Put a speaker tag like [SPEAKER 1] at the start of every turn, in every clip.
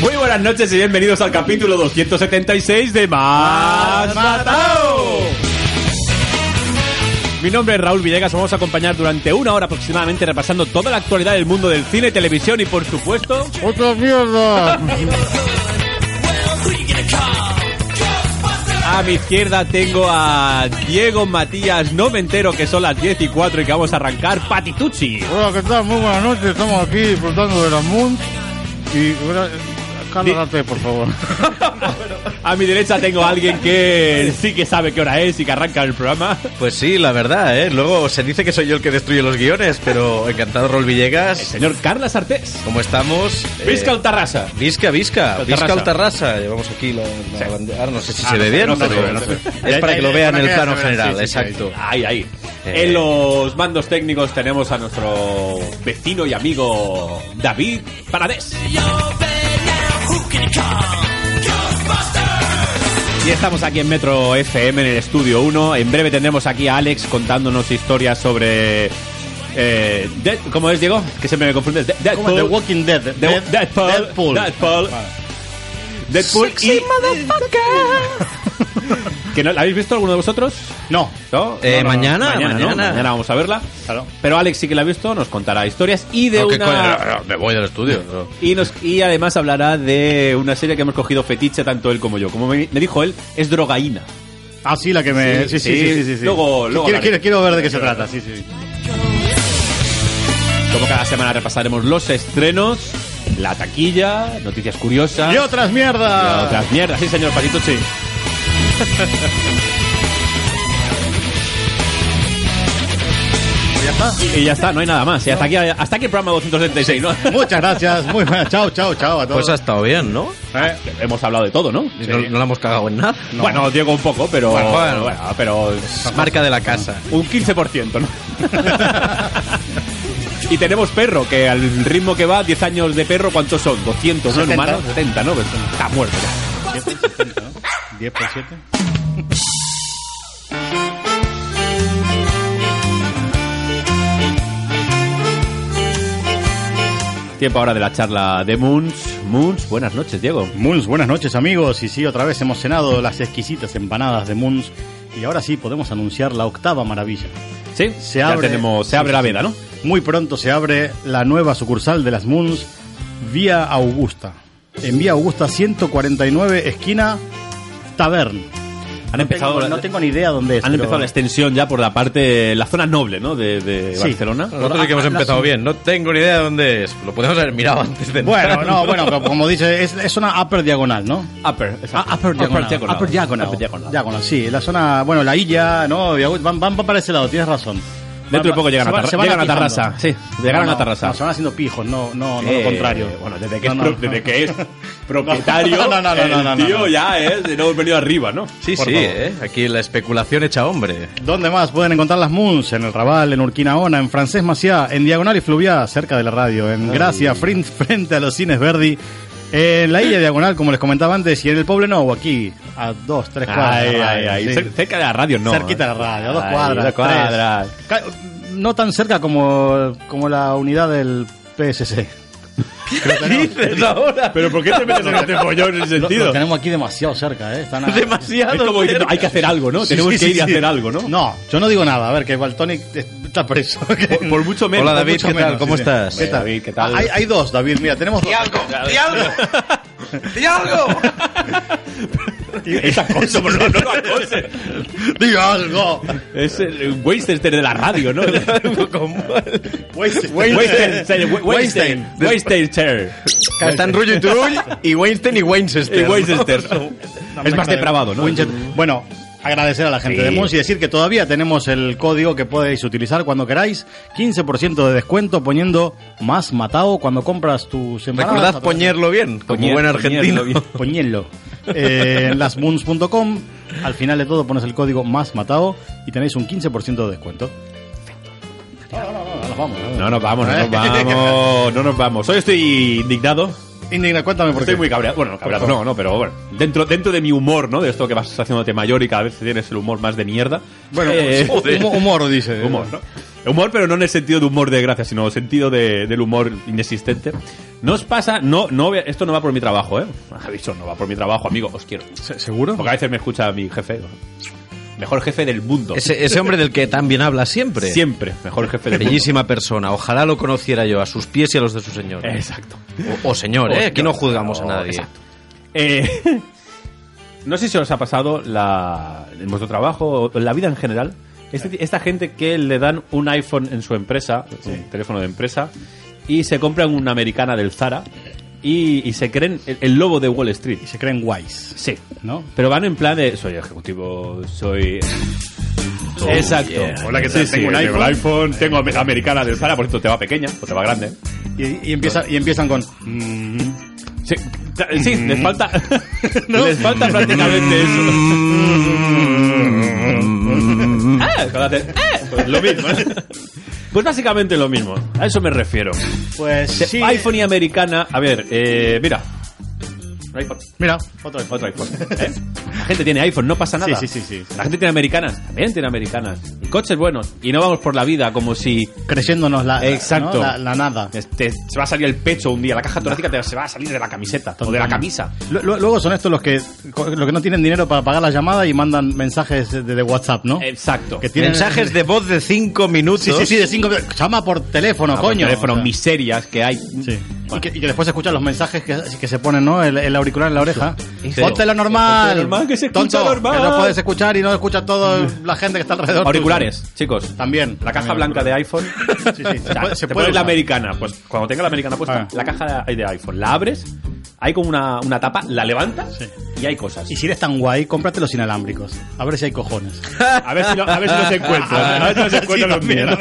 [SPEAKER 1] Muy buenas noches y bienvenidos al capítulo 276 de Más Matado. Mi nombre es Raúl Villegas, os vamos a acompañar durante una hora aproximadamente repasando toda la actualidad del mundo del cine, televisión y por supuesto...
[SPEAKER 2] ¡Otra mierda!
[SPEAKER 1] A mi izquierda tengo a Diego Matías Noventero, que son las 10 y 4 y que vamos a arrancar Patitucci.
[SPEAKER 2] Hola, ¿qué tal? Muy buenas noches. Estamos aquí disfrutando de la Moon. Y ahora, cálmate, por favor.
[SPEAKER 1] A mi derecha tengo a alguien que sí que sabe qué hora es y que arranca el programa.
[SPEAKER 3] Pues sí, la verdad, ¿eh? Luego se dice que soy yo el que destruye los guiones, pero encantado, Rol
[SPEAKER 1] El
[SPEAKER 3] Villegas.
[SPEAKER 1] señor Carlas Artés.
[SPEAKER 3] ¿Cómo estamos? Eh,
[SPEAKER 1] Visca Altarrasa.
[SPEAKER 3] Visca, Visca,
[SPEAKER 1] Altarrasa.
[SPEAKER 3] Visca Altarrasa. Llevamos aquí la, la bande- Ahora no sé si
[SPEAKER 1] Ah,
[SPEAKER 3] se
[SPEAKER 1] no
[SPEAKER 3] ve
[SPEAKER 1] sé,
[SPEAKER 3] bien,
[SPEAKER 1] no se
[SPEAKER 3] pero
[SPEAKER 1] ve, no se ve.
[SPEAKER 3] es para que lo vean en el
[SPEAKER 2] ya
[SPEAKER 3] plano
[SPEAKER 2] se verá,
[SPEAKER 3] general,
[SPEAKER 2] sí, sí, sí,
[SPEAKER 3] exacto.
[SPEAKER 1] Ahí, ahí.
[SPEAKER 3] Eh.
[SPEAKER 1] En los mandos técnicos tenemos a nuestro vecino y amigo David Paradés. Y estamos aquí en Metro FM, en el estudio 1. En breve tendremos aquí a Alex contándonos historias sobre. Eh, Dead- ¿Cómo es, Diego? Que siempre me confundes. De-
[SPEAKER 2] Como The
[SPEAKER 1] Deadpool.
[SPEAKER 2] Walking Dead.
[SPEAKER 1] De-
[SPEAKER 2] Dead-
[SPEAKER 1] Deadpool.
[SPEAKER 2] Deadpool. Ah,
[SPEAKER 1] Deadpool. Deadpool y... ¿Que no, ¿La habéis visto alguno de vosotros?
[SPEAKER 2] No.
[SPEAKER 1] ¿No?
[SPEAKER 3] Eh,
[SPEAKER 1] No, no, no.
[SPEAKER 3] mañana,
[SPEAKER 1] mañana, ¿no?
[SPEAKER 3] mañana.
[SPEAKER 1] Mañana vamos a verla.
[SPEAKER 2] Claro.
[SPEAKER 1] Pero Alex sí que la ha visto, nos contará historias y de
[SPEAKER 3] No, Oh, ¿qué
[SPEAKER 1] una
[SPEAKER 3] coño?
[SPEAKER 2] Ah,
[SPEAKER 3] No, no, me voy del estudio. no.
[SPEAKER 1] y nos y además hablará de una serie que hemos cogido fetiche tanto él como yo. Como me, me dijo él, es drogaína.
[SPEAKER 2] Ah, sí, la que me... Sí, sí, sí. sí, sí, sí.
[SPEAKER 1] Luego- luego
[SPEAKER 2] quiero,
[SPEAKER 1] hablaré.
[SPEAKER 2] quiero- quiero ver de qué se trata, sí, sí.
[SPEAKER 1] Como cada semana repasaremos los estrenos, la taquilla, noticias curiosas
[SPEAKER 2] Y otras
[SPEAKER 1] y
[SPEAKER 2] mierdas.
[SPEAKER 1] otras mierdas. Sí, señor Patito, sí.
[SPEAKER 2] Ya está.
[SPEAKER 1] Y ya está, no hay nada más. Y hasta aquí, hasta aquí el programa 276, ¿no?
[SPEAKER 2] Muchas gracias. Muy buenas. Chao, chao, chao a todos.
[SPEAKER 3] Pues ha estado bien, ¿no?
[SPEAKER 2] Eh,
[SPEAKER 1] Hemos hablado de todo, ¿no?
[SPEAKER 3] No, no la hemos cagado en nada.
[SPEAKER 1] Bueno, Diego un poco, pero.
[SPEAKER 3] Bueno, bueno.
[SPEAKER 1] bueno, pero.
[SPEAKER 3] Marca de la casa.
[SPEAKER 1] Un 15%, ¿no? y tenemos perro, que al ritmo que va, 10 años de perro, ¿cuántos son? 200, ¿no? En
[SPEAKER 2] 70.
[SPEAKER 1] humanos, 70, ¿no? Pues Está muerto ya.
[SPEAKER 2] 10 por 7.
[SPEAKER 1] Tiempo ahora de la charla de Moons. Moons, buenas noches, Diego.
[SPEAKER 2] Muns, buenas noches amigos. Y sí, otra vez hemos cenado las exquisitas empanadas de Muns. Y ahora sí podemos anunciar la octava maravilla.
[SPEAKER 1] ¿Sí?
[SPEAKER 2] Se
[SPEAKER 1] ya
[SPEAKER 2] abre-
[SPEAKER 1] tenemos, se
[SPEAKER 2] sí,
[SPEAKER 1] abre
[SPEAKER 2] sí,
[SPEAKER 1] la
[SPEAKER 2] sí.
[SPEAKER 1] veda, ¿no?
[SPEAKER 2] Muy pronto se abre la nueva sucursal de las Moons Vía Augusta. En Vía Augusta 149, esquina Tavern.
[SPEAKER 1] Han empezado.
[SPEAKER 2] Tengo-
[SPEAKER 1] la-
[SPEAKER 2] no tengo ni idea dónde es.
[SPEAKER 1] Han
[SPEAKER 2] pero-
[SPEAKER 1] empezado la extensión ya por la parte, la zona noble, ¿no? De, de
[SPEAKER 2] Sí.
[SPEAKER 1] Barcelona.
[SPEAKER 3] Nosotros sí que hemos
[SPEAKER 2] la-
[SPEAKER 3] empezado bien. No tengo ni idea de dónde es. Lo podemos haber mirado antes de entrar,
[SPEAKER 2] Bueno, no, bueno, como- como dice, es, es una upper diagonal, ¿no?
[SPEAKER 1] Upper,
[SPEAKER 2] Ah,
[SPEAKER 1] exacto.
[SPEAKER 2] upper diagonal.
[SPEAKER 1] diagonal.
[SPEAKER 2] Upper diagonal.
[SPEAKER 1] Upper diagonal.
[SPEAKER 2] Diagonal, sí. La zona, bueno, la Illa, ¿no? Vía Augusta, Van, van para ese lado, tienes razón.
[SPEAKER 1] Dentro de
[SPEAKER 2] Van-
[SPEAKER 1] poco llegan,
[SPEAKER 2] se
[SPEAKER 1] a,
[SPEAKER 2] van-
[SPEAKER 1] Tarra-
[SPEAKER 2] se van
[SPEAKER 1] llegan a
[SPEAKER 2] atizando.
[SPEAKER 1] Tarrasa. Sí, llegaron
[SPEAKER 2] No,
[SPEAKER 1] a Tarrasa.
[SPEAKER 2] No, se van haciendo pijos, no, no, no
[SPEAKER 1] Eh,
[SPEAKER 2] lo contrario.
[SPEAKER 1] Bueno, desde que,
[SPEAKER 2] No,
[SPEAKER 1] es,
[SPEAKER 2] no.
[SPEAKER 1] pro- desde que es propietario,
[SPEAKER 2] No, no, no, no,
[SPEAKER 1] el
[SPEAKER 2] no, no, no.
[SPEAKER 1] tío ya es de nuevo venido arriba, ¿no?
[SPEAKER 3] Sí,
[SPEAKER 1] Por
[SPEAKER 3] sí,
[SPEAKER 1] favor.
[SPEAKER 3] ¿eh? Aquí la especulación hecha hombre.
[SPEAKER 2] ¿Dónde más pueden encontrar las Moons? En el Raval, en Urquinaona, en Francés Maciá, en Diagonal y Fluviá, cerca de la radio, en Gracia, frin- frente a los cines Verdi, en la Isla Diagonal, como les comentaba antes, y en el Poble Nou, aquí, a dos, tres cuadras.
[SPEAKER 1] Ay,
[SPEAKER 2] de la
[SPEAKER 1] ay,
[SPEAKER 2] radio,
[SPEAKER 1] ay.
[SPEAKER 2] sí.
[SPEAKER 1] Cer- Cerca de la radio, no. eh.
[SPEAKER 2] Cerquita de la radio, a dos
[SPEAKER 1] Ay,
[SPEAKER 2] cuadras.
[SPEAKER 1] dos cuadras.
[SPEAKER 2] tres. Ca- No tan cerca como, como la unidad del PSC.
[SPEAKER 3] ¿Qué dices ahora?
[SPEAKER 1] Pero ¿por qué te metes en este follón en ese
[SPEAKER 2] Lo,
[SPEAKER 1] sentido?
[SPEAKER 2] lo tenemos aquí demasiado cerca, ¿eh? Están a-
[SPEAKER 3] Demasiado.
[SPEAKER 1] es como diciendo, hay que hacer algo, ¿no?
[SPEAKER 2] Sí,
[SPEAKER 1] Tenemos
[SPEAKER 2] sí,
[SPEAKER 1] que
[SPEAKER 2] sí,
[SPEAKER 1] ir a
[SPEAKER 2] sí.
[SPEAKER 1] hacer algo, ¿no?
[SPEAKER 2] No, yo no digo nada. A ver, que Baltonic está preso.
[SPEAKER 1] Por, por mucho menos.
[SPEAKER 3] Hola,
[SPEAKER 1] por
[SPEAKER 3] David,
[SPEAKER 1] mucho
[SPEAKER 3] ¿qué tal?
[SPEAKER 1] menos,
[SPEAKER 3] ¿Cómo
[SPEAKER 1] sí, sí.
[SPEAKER 3] estás?
[SPEAKER 1] ¿Qué tal, David? ¿Qué tal?
[SPEAKER 2] Hay, hay dos, David. Mira, tenemos dos.
[SPEAKER 3] algo! ¡Di algo!
[SPEAKER 1] Es acoso, pero no, no lo acoses.
[SPEAKER 2] ¡Di algo!
[SPEAKER 1] Es el Weinstein de la radio, ¿no?
[SPEAKER 2] Wasted.
[SPEAKER 1] Weinstein. Weinstein.
[SPEAKER 3] Weinstein.
[SPEAKER 1] Weinstein.
[SPEAKER 3] Que están Rullo y Turull y Weinstein y Weinchester.
[SPEAKER 1] Y Eh, Weinstein. Es más depravado, ¿no?
[SPEAKER 2] Winchester. Bueno, agradecer a la gente
[SPEAKER 1] Sí.
[SPEAKER 2] de Mons y decir que todavía tenemos el código que podéis utilizar cuando queráis. 15% de descuento poniendo más matado cuando compras tus empanadas.
[SPEAKER 3] Recordad ponerlo bien, como
[SPEAKER 1] Poñer-
[SPEAKER 3] buen
[SPEAKER 1] poñerlo
[SPEAKER 3] argentino.
[SPEAKER 1] bien.
[SPEAKER 2] Poñelo. Eh, en lasmoons.com. Al final de todo pones el código más matado y tenéis un 15% de descuento. No, no, no, nos vamos.
[SPEAKER 1] No nos vamos, no nos vamos, no nos vamos. Hoy estoy indignado.
[SPEAKER 2] Indigna, cuéntame por
[SPEAKER 1] Estoy
[SPEAKER 2] qué.
[SPEAKER 1] muy cabreado. Bueno, no, cabreado no, no, pero bueno. Dentro, dentro de mi humor, ¿no? De esto que vas haciéndote mayor y cada vez tienes el humor más de mierda.
[SPEAKER 2] Bueno,
[SPEAKER 1] Eh,
[SPEAKER 2] humo- humor, dice.
[SPEAKER 1] humor, ¿no? Humor, pero no en el sentido de humor de gracia, sino sentido de- del humor inexistente. No os pasa, no, no, esto no va por mi trabajo, ¿eh? Aviso, no va por mi trabajo, amigo, os quiero.
[SPEAKER 2] ¿Se- ¿Seguro?
[SPEAKER 1] Porque a veces me escucha mi jefe. Mejor jefe del mundo.
[SPEAKER 3] Ese, ese hombre del que tan bien habla siempre.
[SPEAKER 1] Siempre, mejor jefe del mundo.
[SPEAKER 3] Bellísima persona. Ojalá lo conociera yo a sus pies y a los de su señor.
[SPEAKER 1] Exacto.
[SPEAKER 3] O, o señor, ¿eh? Aquí no juzgamos a
[SPEAKER 1] No,
[SPEAKER 3] nadie.
[SPEAKER 1] exacto. Eh, no sé si os ha pasado la, en vuestro trabajo o en la vida en general. este- esta gente que le dan un iPhone en su empresa, un teléfono de empresa, y se compran una americana del Zara y, y se creen el, el lobo de Wall Street.
[SPEAKER 2] Y se creen guays,
[SPEAKER 1] Sí.
[SPEAKER 2] ¿no?
[SPEAKER 1] Pero van en plan de soy ejecutivo, soy. Exacto.
[SPEAKER 3] yeah.
[SPEAKER 1] Oh, Hola, que
[SPEAKER 2] Sí, sí, tengo el
[SPEAKER 1] tengo amer- americana del Zara, por cierto, te va pequeña o te va grande.
[SPEAKER 2] Y, y empieza- y empiezan con...
[SPEAKER 1] Sí, ta- sí,
[SPEAKER 2] Mm.
[SPEAKER 1] les falta. Les falta prácticamente eso.
[SPEAKER 2] Mm.
[SPEAKER 1] Ah, joder, eh, pues lo mismo. Pues básicamente lo mismo. A eso me refiero.
[SPEAKER 2] Pues sí.
[SPEAKER 1] iPhone y americana. A ver, eh, mira. iPhone.
[SPEAKER 2] Mira, otro iPhone.
[SPEAKER 1] Otro iPhone. ¿eh? La gente tiene iPhone, no pasa nada.
[SPEAKER 2] Sí, sí, sí, sí.
[SPEAKER 1] La gente tiene americanas, también tiene americanas. Y coches buenos. Y no vamos por la vida como si
[SPEAKER 2] Creyéndonos la,
[SPEAKER 1] Exacto.
[SPEAKER 2] ¿no? la, la nada.
[SPEAKER 1] este, se va a salir el pecho un día. La caja torácica te, se va a salir de la camiseta o de la camisa.
[SPEAKER 2] Lu- lu- Luego son estos los que, los que no tienen dinero para pagar la llamada y mandan mensajes de, de WhatsApp, ¿no?
[SPEAKER 1] Exacto.
[SPEAKER 2] Que tienen-
[SPEAKER 3] Mensajes de voz de 5 minutos.
[SPEAKER 2] Sí, sí, sí, de cinco minutos. Llama por teléfono,
[SPEAKER 1] Ah, por
[SPEAKER 2] coño.
[SPEAKER 1] teléfono,
[SPEAKER 2] O sea,
[SPEAKER 1] miserias que hay.
[SPEAKER 2] sí. Y, que, y que después escuchan los mensajes que, que se ponen, ¿no? El, el auricular en la oreja.
[SPEAKER 3] Sí.
[SPEAKER 2] Ponte lo
[SPEAKER 1] Ponte
[SPEAKER 2] normal.
[SPEAKER 1] lo normal, que se escucha
[SPEAKER 2] tonto,
[SPEAKER 1] normal.
[SPEAKER 2] Que no puedes escuchar y no escucha toda la gente que está alrededor.
[SPEAKER 1] Auriculares, chicos.
[SPEAKER 2] tuyo. También.
[SPEAKER 1] La caja blanca de iPhone.
[SPEAKER 2] Sí, sí, se
[SPEAKER 1] O sea,
[SPEAKER 2] puede- se
[SPEAKER 1] te
[SPEAKER 2] puede
[SPEAKER 1] pones la
[SPEAKER 2] usar.
[SPEAKER 1] americana. Pues cuando tenga la americana puesta,
[SPEAKER 2] Ah.
[SPEAKER 1] la caja de de iPhone. La abres, hay como una, una tapa, la levantas
[SPEAKER 2] Sí.
[SPEAKER 1] y hay cosas.
[SPEAKER 2] Y si eres tan guay, cómprate los inalámbricos. A ver si hay cojones.
[SPEAKER 1] A ver si, no, a ver si los encuentro. A ver si los encuentro los míos.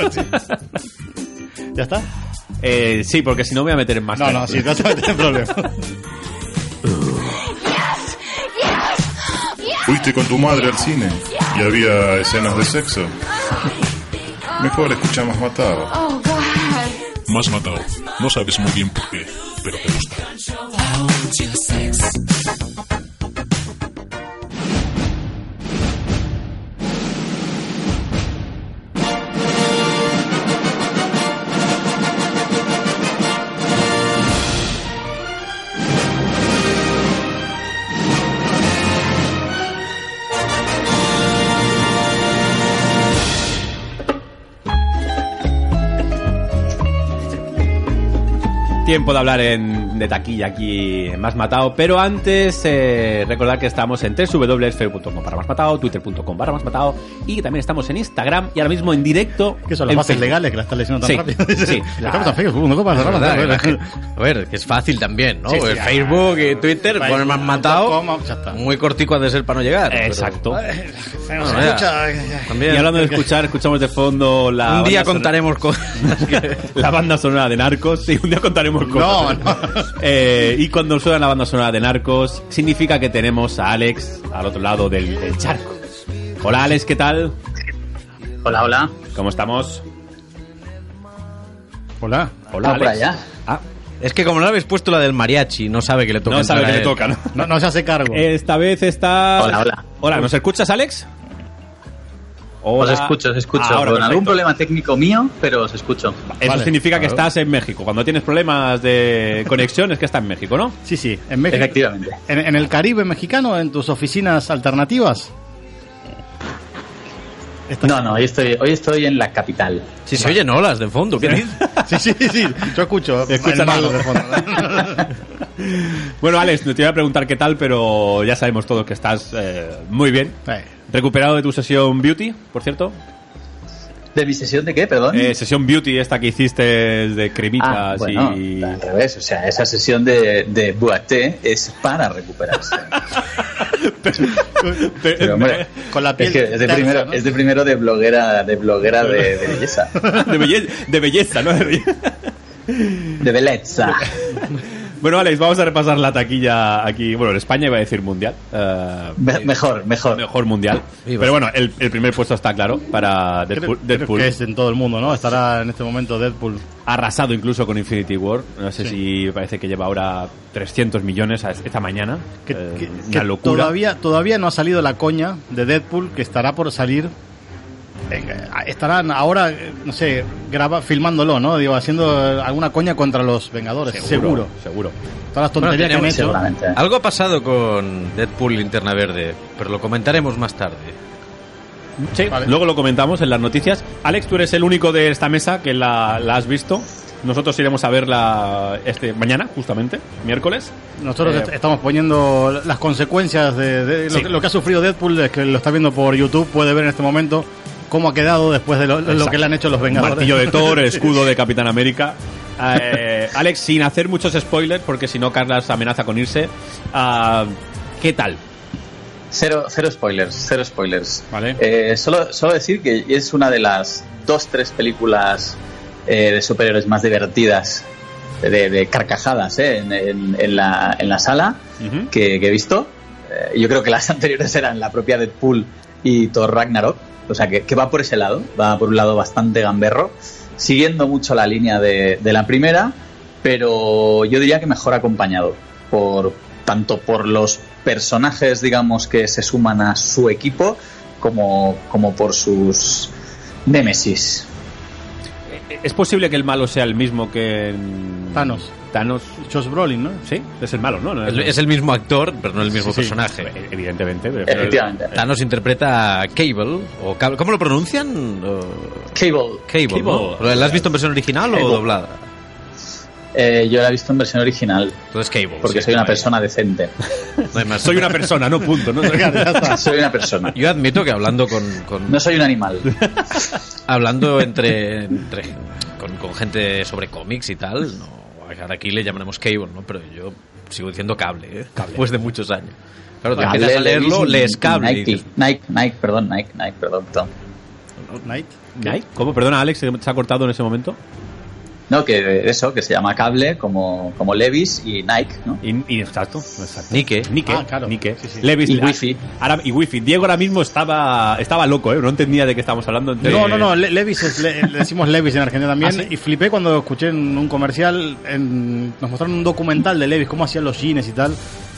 [SPEAKER 2] ¿Ya está?
[SPEAKER 1] Eh, sí, porque si no me voy a meter en más.
[SPEAKER 2] No, no, sí, no te metes problema.
[SPEAKER 4] Fuiste con tu madre al cine y había escenas de sexo. Mejor escucha más matado.
[SPEAKER 5] Oh, God.
[SPEAKER 6] Más matado. No sabes muy bien por qué, pero te gusta.
[SPEAKER 1] Tiempo de hablar en, de taquilla aquí en Más Matado, pero antes eh, recordar que estamos en www.facebook.com para Más Matado, twitter.com para Más Matado y que también estamos en Instagram y ahora mismo en directo.
[SPEAKER 2] Que son las
[SPEAKER 1] en
[SPEAKER 2] bases
[SPEAKER 1] Facebook.
[SPEAKER 2] legales que la están leyendo tan
[SPEAKER 1] Sí,
[SPEAKER 2] rápido.
[SPEAKER 1] sí.
[SPEAKER 2] Estamos tan feos, no copas,
[SPEAKER 3] Es
[SPEAKER 2] no,
[SPEAKER 3] verdad,
[SPEAKER 2] no,
[SPEAKER 3] que
[SPEAKER 2] no,
[SPEAKER 3] la gente-
[SPEAKER 2] no.
[SPEAKER 3] a ver, que es fácil también, ¿no?
[SPEAKER 2] Sí, sí,
[SPEAKER 3] El
[SPEAKER 2] ah,
[SPEAKER 3] Facebook y Twitter,
[SPEAKER 2] Facebook,
[SPEAKER 3] poner más
[SPEAKER 2] coma,
[SPEAKER 3] matado.
[SPEAKER 2] ya está.
[SPEAKER 3] Muy cortico ha de ser para no llegar. pero-
[SPEAKER 1] Exacto.
[SPEAKER 3] Bueno, ya. También.
[SPEAKER 1] Y hablando de escuchar, escuchamos de fondo la.
[SPEAKER 3] Un día
[SPEAKER 1] banda sonora-
[SPEAKER 3] contaremos cosas. que-
[SPEAKER 1] La banda sonora de Narcos, sí, un día contaremos
[SPEAKER 2] No,
[SPEAKER 1] cosas.
[SPEAKER 2] no.
[SPEAKER 1] Eh, y cuando suena la banda sonora de Narcos, significa que tenemos a Alex al otro lado del, del charco. Hola Alex, ¿qué tal?
[SPEAKER 7] Hola, hola.
[SPEAKER 1] ¿Cómo estamos?
[SPEAKER 2] Hola.
[SPEAKER 1] Hola
[SPEAKER 7] Ah, por
[SPEAKER 1] Alex.
[SPEAKER 7] allá.
[SPEAKER 1] Ah,
[SPEAKER 3] Es que como no habéis puesto la del mariachi, no sabe que le toca.
[SPEAKER 1] no sabe
[SPEAKER 3] entrar
[SPEAKER 2] ¿eh?
[SPEAKER 1] que le
[SPEAKER 3] a él.
[SPEAKER 1] toca, ¿no?
[SPEAKER 2] No, no se hace cargo.
[SPEAKER 1] Esta vez está.
[SPEAKER 7] Hola, hola.
[SPEAKER 1] Hola, ¿nos escuchas, Alex?
[SPEAKER 7] Os
[SPEAKER 1] Hola.
[SPEAKER 7] escucho, os escucho.
[SPEAKER 1] Ahora,
[SPEAKER 7] Con algún
[SPEAKER 1] perfecto.
[SPEAKER 7] problema técnico mío, pero os escucho.
[SPEAKER 1] Eso
[SPEAKER 2] Vale,
[SPEAKER 1] significa que estás en México. Cuando tienes problemas de conexión es que está en México, ¿no?
[SPEAKER 2] Sí, sí. En México.
[SPEAKER 7] Efectivamente.
[SPEAKER 2] En, en el Caribe mexicano, en tus oficinas alternativas. Está-
[SPEAKER 7] No, no, hoy estoy, hoy estoy en la capital.
[SPEAKER 3] Si se oyen olas de fondo, ¿qué dices?
[SPEAKER 2] Sí, sí, sí. Yo escucho.
[SPEAKER 1] Escucha
[SPEAKER 2] el mago
[SPEAKER 1] algo.
[SPEAKER 2] de fondo.
[SPEAKER 1] Bueno, Alex, no te iba a preguntar qué tal, pero ya sabemos todos que estás eh, muy bien. Recuperado de tu sesión Beauty, por cierto.
[SPEAKER 7] ¿De mi sesión de qué, perdón?
[SPEAKER 1] Eh, sesión Beauty, esta que hiciste de
[SPEAKER 7] Ah,
[SPEAKER 1] cremitas
[SPEAKER 7] bueno,
[SPEAKER 1] y.
[SPEAKER 7] al revés, o sea, esa sesión de, de Boaté es para recuperarse. Pero, hombre,
[SPEAKER 2] Con la piel.
[SPEAKER 7] es, que es de
[SPEAKER 2] tersa,
[SPEAKER 7] primero,
[SPEAKER 2] ¿no?
[SPEAKER 7] es de primero de bloguera, de bloguera de, de belleza,
[SPEAKER 1] de, belleza, de belleza, ¿no? De belleza.
[SPEAKER 7] de belleza.
[SPEAKER 1] Bueno, Alex, vamos a repasar la taquilla aquí. Bueno, en España iba a decir mundial. eh,
[SPEAKER 7] Me- mejor, mejor.
[SPEAKER 1] mejor mundial. Pero bueno, el, el primer puesto está claro para
[SPEAKER 2] Creo,
[SPEAKER 1] Deadpool.
[SPEAKER 2] creo
[SPEAKER 1] Deadpool.
[SPEAKER 2] que es en todo el mundo, ¿no? Estará en este momento Deadpool.
[SPEAKER 1] Arrasado incluso con Infinity War. No sé si parece que lleva ahora 300 millones a- esta mañana.
[SPEAKER 2] Que,
[SPEAKER 1] Eh,
[SPEAKER 2] que-
[SPEAKER 1] una
[SPEAKER 2] que
[SPEAKER 1] locura.
[SPEAKER 2] Todavía, todavía no ha salido la coña de Deadpool que estará por salir. Venga, Estarán ahora, eh, no sé, graba, filmándolo, ¿no? Digo, haciendo eh, alguna coña contra los Vengadores, seguro.
[SPEAKER 1] Seguro.
[SPEAKER 2] Todas las tonterías que han
[SPEAKER 3] tenemos-
[SPEAKER 2] hecho.
[SPEAKER 7] Seguramente.
[SPEAKER 3] Algo ha pasado con Deadpool Linterna Verde, pero lo comentaremos más tarde.
[SPEAKER 1] Sí,
[SPEAKER 2] Vale.
[SPEAKER 1] luego lo comentamos en las noticias. Alex, tú eres el único de esta mesa que la, la has visto. Nosotros iremos a verla este mañana, justamente, miércoles.
[SPEAKER 2] Nosotros
[SPEAKER 1] Eh,
[SPEAKER 2] est- estamos poniendo las consecuencias de, de lo,
[SPEAKER 1] Sí.
[SPEAKER 2] que- lo que ha sufrido Deadpool, es que lo está viendo por YouTube, puede ver en este momento cómo ha quedado después de lo, lo
[SPEAKER 1] Exacto.
[SPEAKER 2] que le han hecho los Vengadores.
[SPEAKER 1] Martillo de Thor, escudo de Capitán América. Eh, Alex, sin hacer muchos spoilers, porque si no, Carlas amenaza con irse. Ah, ¿Qué tal?
[SPEAKER 7] Cero, cero spoilers, cero spoilers.
[SPEAKER 1] Vale.
[SPEAKER 7] Eh, solo, solo decir que es una de las dos, tres películas eh, de superhéroes más divertidas, de, de carcajadas eh, en, en- en la, en la sala
[SPEAKER 1] Ujú.
[SPEAKER 7] que, que he visto. Eh, yo creo que las anteriores eran la propia Deadpool y Thor Ragnarok. O sea, que, que va por ese lado, va por un lado bastante gamberro, siguiendo mucho la línea de, de la primera, pero yo diría que mejor acompañado, por, tanto por los personajes, digamos, que se suman a su equipo, como, como por sus némesis.
[SPEAKER 1] ¿Es posible que el malo sea el mismo que en-
[SPEAKER 2] Thanos.
[SPEAKER 1] Thanos,
[SPEAKER 2] Josh Brolin, ¿no?
[SPEAKER 1] sí, es el malo, ¿no? No,
[SPEAKER 3] Es,
[SPEAKER 1] no.
[SPEAKER 3] es el mismo actor, pero no el mismo
[SPEAKER 2] Sí, sí.
[SPEAKER 3] personaje.
[SPEAKER 1] Evidentemente. pero-
[SPEAKER 7] Efectivamente.
[SPEAKER 3] Thanos interpreta a Cable, o Cable- ¿cómo lo pronuncian? O-
[SPEAKER 7] Cable.
[SPEAKER 3] Cable, ¿no?
[SPEAKER 1] Cable.
[SPEAKER 3] ¿La has visto en versión original
[SPEAKER 7] Cable.
[SPEAKER 3] o doblada?
[SPEAKER 7] Eh, yo la he visto en versión original,
[SPEAKER 3] Entonces Cable.
[SPEAKER 7] porque
[SPEAKER 3] sí,
[SPEAKER 7] soy una
[SPEAKER 3] no hay-
[SPEAKER 7] persona decente.
[SPEAKER 3] no hay más.
[SPEAKER 1] Soy una persona, no punto. ¿no?
[SPEAKER 7] Soy una persona.
[SPEAKER 3] Yo admito que hablando con, con-
[SPEAKER 7] No soy un animal.
[SPEAKER 3] hablando entre, entre- con, con gente sobre cómics y tal, no, ahora aquí le llamaremos Cable, ¿no? Pero yo sigo diciendo cable, ¿eh? después de muchos años. Claro, te empiezas a leerlo, lees cable. y
[SPEAKER 7] Nike,
[SPEAKER 3] dices,
[SPEAKER 7] Nike, Nike, perdón, Nike, Nike, perdón, perdón.
[SPEAKER 2] Knight.
[SPEAKER 1] Nike. ¿Cómo? Perdona, Alex, se ha cortado en ese momento.
[SPEAKER 7] No, que eso, que se llama cable como, como Levis y Nike, ¿no?
[SPEAKER 1] Y, y- exacto, exacto.
[SPEAKER 3] Nike.
[SPEAKER 1] Nike,
[SPEAKER 2] Ah, claro.
[SPEAKER 1] Nike.
[SPEAKER 2] Sí, sí.
[SPEAKER 1] Levis,
[SPEAKER 7] Y
[SPEAKER 1] ah,
[SPEAKER 7] wifi.
[SPEAKER 1] Ahora, y wifi. Diego ahora mismo estaba, estaba loco, ¿eh? No entendía de qué estábamos hablando. entre-
[SPEAKER 2] No, no, no, Le- Levis, es- le, le decimos Levis en Argentina también.
[SPEAKER 1] Eh, ¿Ah, sí?
[SPEAKER 2] Y flipé cuando escuché en un comercial, en- nos mostraron un documental de Levis, cómo hacían los jeans y tal.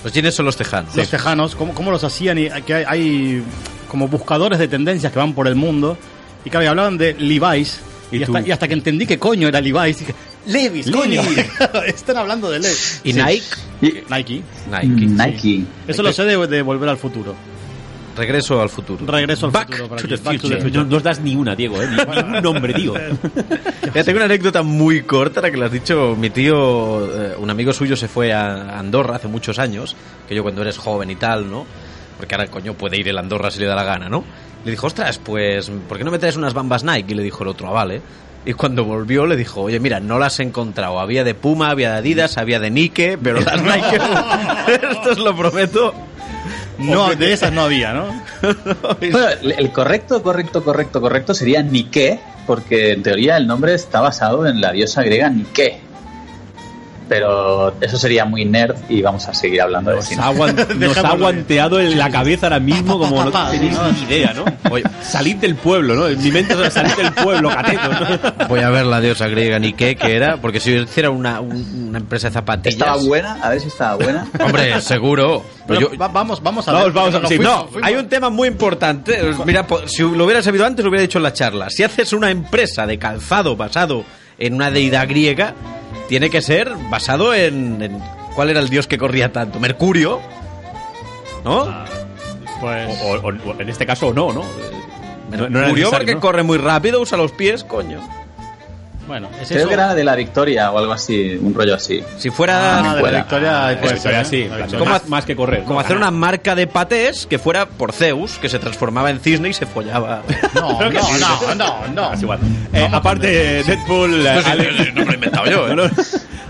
[SPEAKER 3] Los jeans "Pues, son los tejanos.
[SPEAKER 2] los tejanos, cómo, cómo los hacían y que hay, hay como buscadores de tendencias que van por el mundo. Y claro, y hablaban de Levi's.
[SPEAKER 1] Y
[SPEAKER 2] Y, hasta,
[SPEAKER 1] tú-
[SPEAKER 2] y hasta que entendí que coño era Levi's, dije, Levi's, coño. Están hablando de Levi's.
[SPEAKER 3] Y
[SPEAKER 2] Sí.
[SPEAKER 3] Nike,
[SPEAKER 7] Y-
[SPEAKER 2] Nike.
[SPEAKER 3] Nike.
[SPEAKER 7] Mm, Nike.
[SPEAKER 2] Eso lo sé de, de Volver al Futuro.
[SPEAKER 3] Regreso al futuro.
[SPEAKER 2] Regreso al
[SPEAKER 3] Back
[SPEAKER 2] futuro. para
[SPEAKER 3] to
[SPEAKER 2] aquí.
[SPEAKER 3] the
[SPEAKER 2] Back to the
[SPEAKER 1] No,
[SPEAKER 2] future.
[SPEAKER 1] no nos das ni una, Diego, ¿eh? Ni, ni un nombre, tío.
[SPEAKER 3] Ya tengo una anécdota muy corta, la que le has dicho. Mi tío, eh, un amigo suyo se fue a Andorra hace muchos años, que yo cuando eres joven y tal, ¿no? Porque ahora, coño, puede ir el Andorra si le da la gana, ¿no? Le dijo, ostras, pues, ¿por qué no me traes unas bambas Nike? Y le dijo el otro, "Ah, vale. Y cuando volvió le dijo, oye, mira, no las he encontrado. Había de Puma, había de Adidas, había de Nike, pero las Nike, esto os lo prometo.
[SPEAKER 2] No, de esas no había, ¿no?
[SPEAKER 7] Bueno, el- el correcto, correcto, correcto, correcto sería Nike, porque en teoría el nombre está basado en la diosa griega Nike. Pero eso sería muy nerd y vamos a seguir hablando
[SPEAKER 3] Pues
[SPEAKER 7] de
[SPEAKER 1] Nos
[SPEAKER 7] cine.
[SPEAKER 1] ha,
[SPEAKER 3] ah,
[SPEAKER 1] aguan- nos ha
[SPEAKER 2] Dejémoslo.
[SPEAKER 1] aguanteado en la cabeza ahora mismo como
[SPEAKER 2] Ah,
[SPEAKER 1] no tenéis ni idea, ¿no?
[SPEAKER 3] Oye,
[SPEAKER 1] Salid del pueblo, ¿no? En mi mente es salid del pueblo, catetos. ¿no?
[SPEAKER 3] voy a ver la diosa griega Nike, que era, porque si yo hiciera una, un- una empresa de zapatillas...
[SPEAKER 7] Estaba buena, a ver si estaba buena.
[SPEAKER 3] Hombre, seguro.
[SPEAKER 2] Pero
[SPEAKER 3] Yo-
[SPEAKER 2] va- vamos, vamos a
[SPEAKER 1] Vamos,
[SPEAKER 2] ver,
[SPEAKER 1] vamos a-
[SPEAKER 2] nos
[SPEAKER 1] sí,
[SPEAKER 2] fuimos,
[SPEAKER 3] no,
[SPEAKER 2] fuimos.
[SPEAKER 3] hay un tema muy importante. Mira, po- si lo hubiera sabido antes, lo hubiera dicho en la charla. Si haces una empresa de calzado basado en una deidad griega, tiene que ser basado en. en- ¿Cuál era el dios que corría tanto? ¿Mercurio? ¿No?
[SPEAKER 1] Ah,
[SPEAKER 2] Pues,
[SPEAKER 1] O, o- o en este caso, no, ¿no? Eh, no- no era
[SPEAKER 3] Mercurio
[SPEAKER 1] necesario,
[SPEAKER 3] porque
[SPEAKER 1] ¿no?
[SPEAKER 3] corre muy rápido, usa los pies, coño.
[SPEAKER 2] Bueno, es
[SPEAKER 7] Creo
[SPEAKER 2] eso.
[SPEAKER 7] que era de la victoria o algo así, un rollo así.
[SPEAKER 3] Si fuera
[SPEAKER 2] Ah, de la
[SPEAKER 7] Fuera.
[SPEAKER 2] victoria
[SPEAKER 1] La
[SPEAKER 2] después.
[SPEAKER 1] victoria
[SPEAKER 2] ¿eh?
[SPEAKER 1] sí,
[SPEAKER 2] La
[SPEAKER 1] plan,
[SPEAKER 2] victoria.
[SPEAKER 3] ¿Cómo
[SPEAKER 1] más,
[SPEAKER 3] hace-
[SPEAKER 1] más que correr.
[SPEAKER 3] como hacer una marca de patés que fuera por Zeus, que se transformaba en cisne y se follaba.
[SPEAKER 2] No, no, no, no, no.
[SPEAKER 1] Es igual. Eh, aparte, eh, Deadpool. eh, Alex-
[SPEAKER 3] no me lo he inventado yo, ¿eh?
[SPEAKER 1] No, no.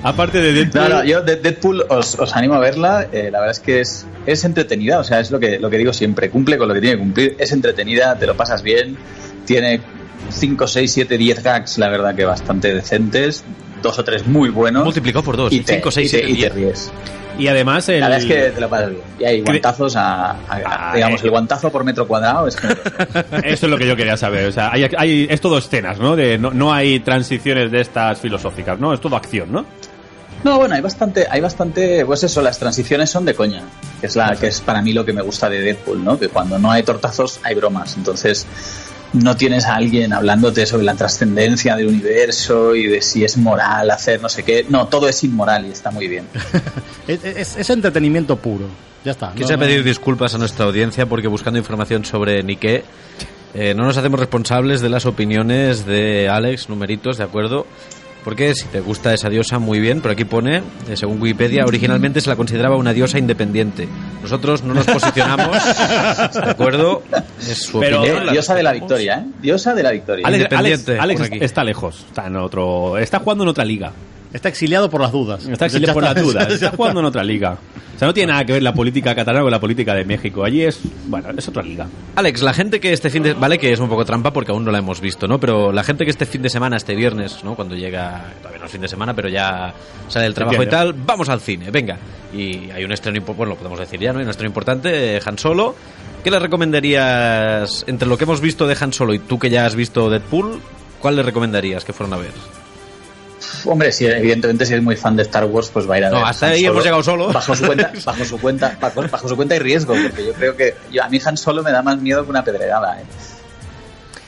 [SPEAKER 1] Aparte de Deadpool.
[SPEAKER 7] No, no, yo de- Deadpool os, os animo a verla. eh, la verdad es que es, es entretenida, o sea, es lo que, lo que digo siempre. Cumple con lo que tiene que cumplir. Es entretenida, te lo pasas bien. Tiene 5, 6, 7, 10 gags, la verdad que bastante decentes. Dos o tres muy buenos.
[SPEAKER 3] Multiplicado por dos.
[SPEAKER 7] y te,
[SPEAKER 3] 5, 6,
[SPEAKER 7] y te-
[SPEAKER 3] 7,
[SPEAKER 7] y te
[SPEAKER 3] 10.
[SPEAKER 7] ríes.
[SPEAKER 1] Y además, el.
[SPEAKER 7] La verdad es que te lo pasas bien. Y hay guantazos a, a-
[SPEAKER 1] Ah,
[SPEAKER 7] digamos,
[SPEAKER 1] eh.
[SPEAKER 7] el guantazo por metro cuadrado es generoso.
[SPEAKER 1] Esto es lo que yo quería saber. O sea, hay, hay- es todo escenas, ¿no? De, no, no hay transiciones de estas filosóficas, ¿no? Es todo acción, ¿no?
[SPEAKER 7] No, bueno, hay bastante, hay bastante, pues eso, las transiciones son de coña, que es la, que es para mí lo que me gusta de Deadpool, ¿no? Que cuando no hay tortazos hay bromas, entonces no tienes a alguien hablándote sobre la trascendencia del universo y de si es moral hacer no sé qué. No, todo es inmoral y está muy bien.
[SPEAKER 2] Es, es- es entretenimiento puro. Ya está. no,
[SPEAKER 3] Quise
[SPEAKER 2] no.
[SPEAKER 3] pedir disculpas a nuestra audiencia porque buscando información sobre Nike eh, no nos hacemos responsables de las opiniones de Alex, numeritos, ¿de acuerdo? Porque si te gusta esa diosa, muy bien, pero aquí pone, eh, según Wikipedia, originalmente se la consideraba una diosa independiente. Nosotros no nos posicionamos, ¿de acuerdo? Es su
[SPEAKER 1] Pero-
[SPEAKER 3] opinión.
[SPEAKER 7] Eh, diosa de la victoria, ¿eh? Diosa de la victoria.
[SPEAKER 1] Alex, Alex,
[SPEAKER 3] Independiente,
[SPEAKER 1] Alex
[SPEAKER 3] por aquí.
[SPEAKER 1] está lejos. Está en otro. Está jugando en otra liga.
[SPEAKER 2] Está exiliado por las dudas.
[SPEAKER 1] Está
[SPEAKER 2] Ya
[SPEAKER 1] exiliado por la
[SPEAKER 2] está.
[SPEAKER 1] duda.
[SPEAKER 2] Ya
[SPEAKER 1] Está
[SPEAKER 2] está.
[SPEAKER 1] jugando en otra liga. O sea, no tiene nada que ver la política catalana con la política de México. Allí es. Bueno, es otra liga.
[SPEAKER 3] Alex, la gente que este fin de vale que es un poco trampa porque aún no la hemos visto, ¿no? Pero la gente que este fin de semana, este viernes, ¿no? Cuando llega, todavía no es fin de semana, pero ya sale del trabajo y
[SPEAKER 1] Entiendo.
[SPEAKER 3] tal, vamos al cine, venga. Y hay un estreno impo- bueno, lo podemos decir ya, ¿no? Hay un estreno importante, eh, Han Solo. ¿Qué le recomendarías entre lo que hemos visto de Han Solo y tú que ya has visto Deadpool? ¿Cuál le recomendarías que fueron a ver?
[SPEAKER 7] Hombre, si, evidentemente si es muy fan de Star Wars, pues va a ir a
[SPEAKER 3] No,
[SPEAKER 7] ver
[SPEAKER 3] hasta
[SPEAKER 7] Han
[SPEAKER 3] ahí hemos llegado solo.
[SPEAKER 7] Bajo su cuenta, bajo su cuenta, bajo, bajo su cuenta y riesgo, porque yo creo que yo- a mí Han Solo me da más miedo que una pedregada, ¿eh?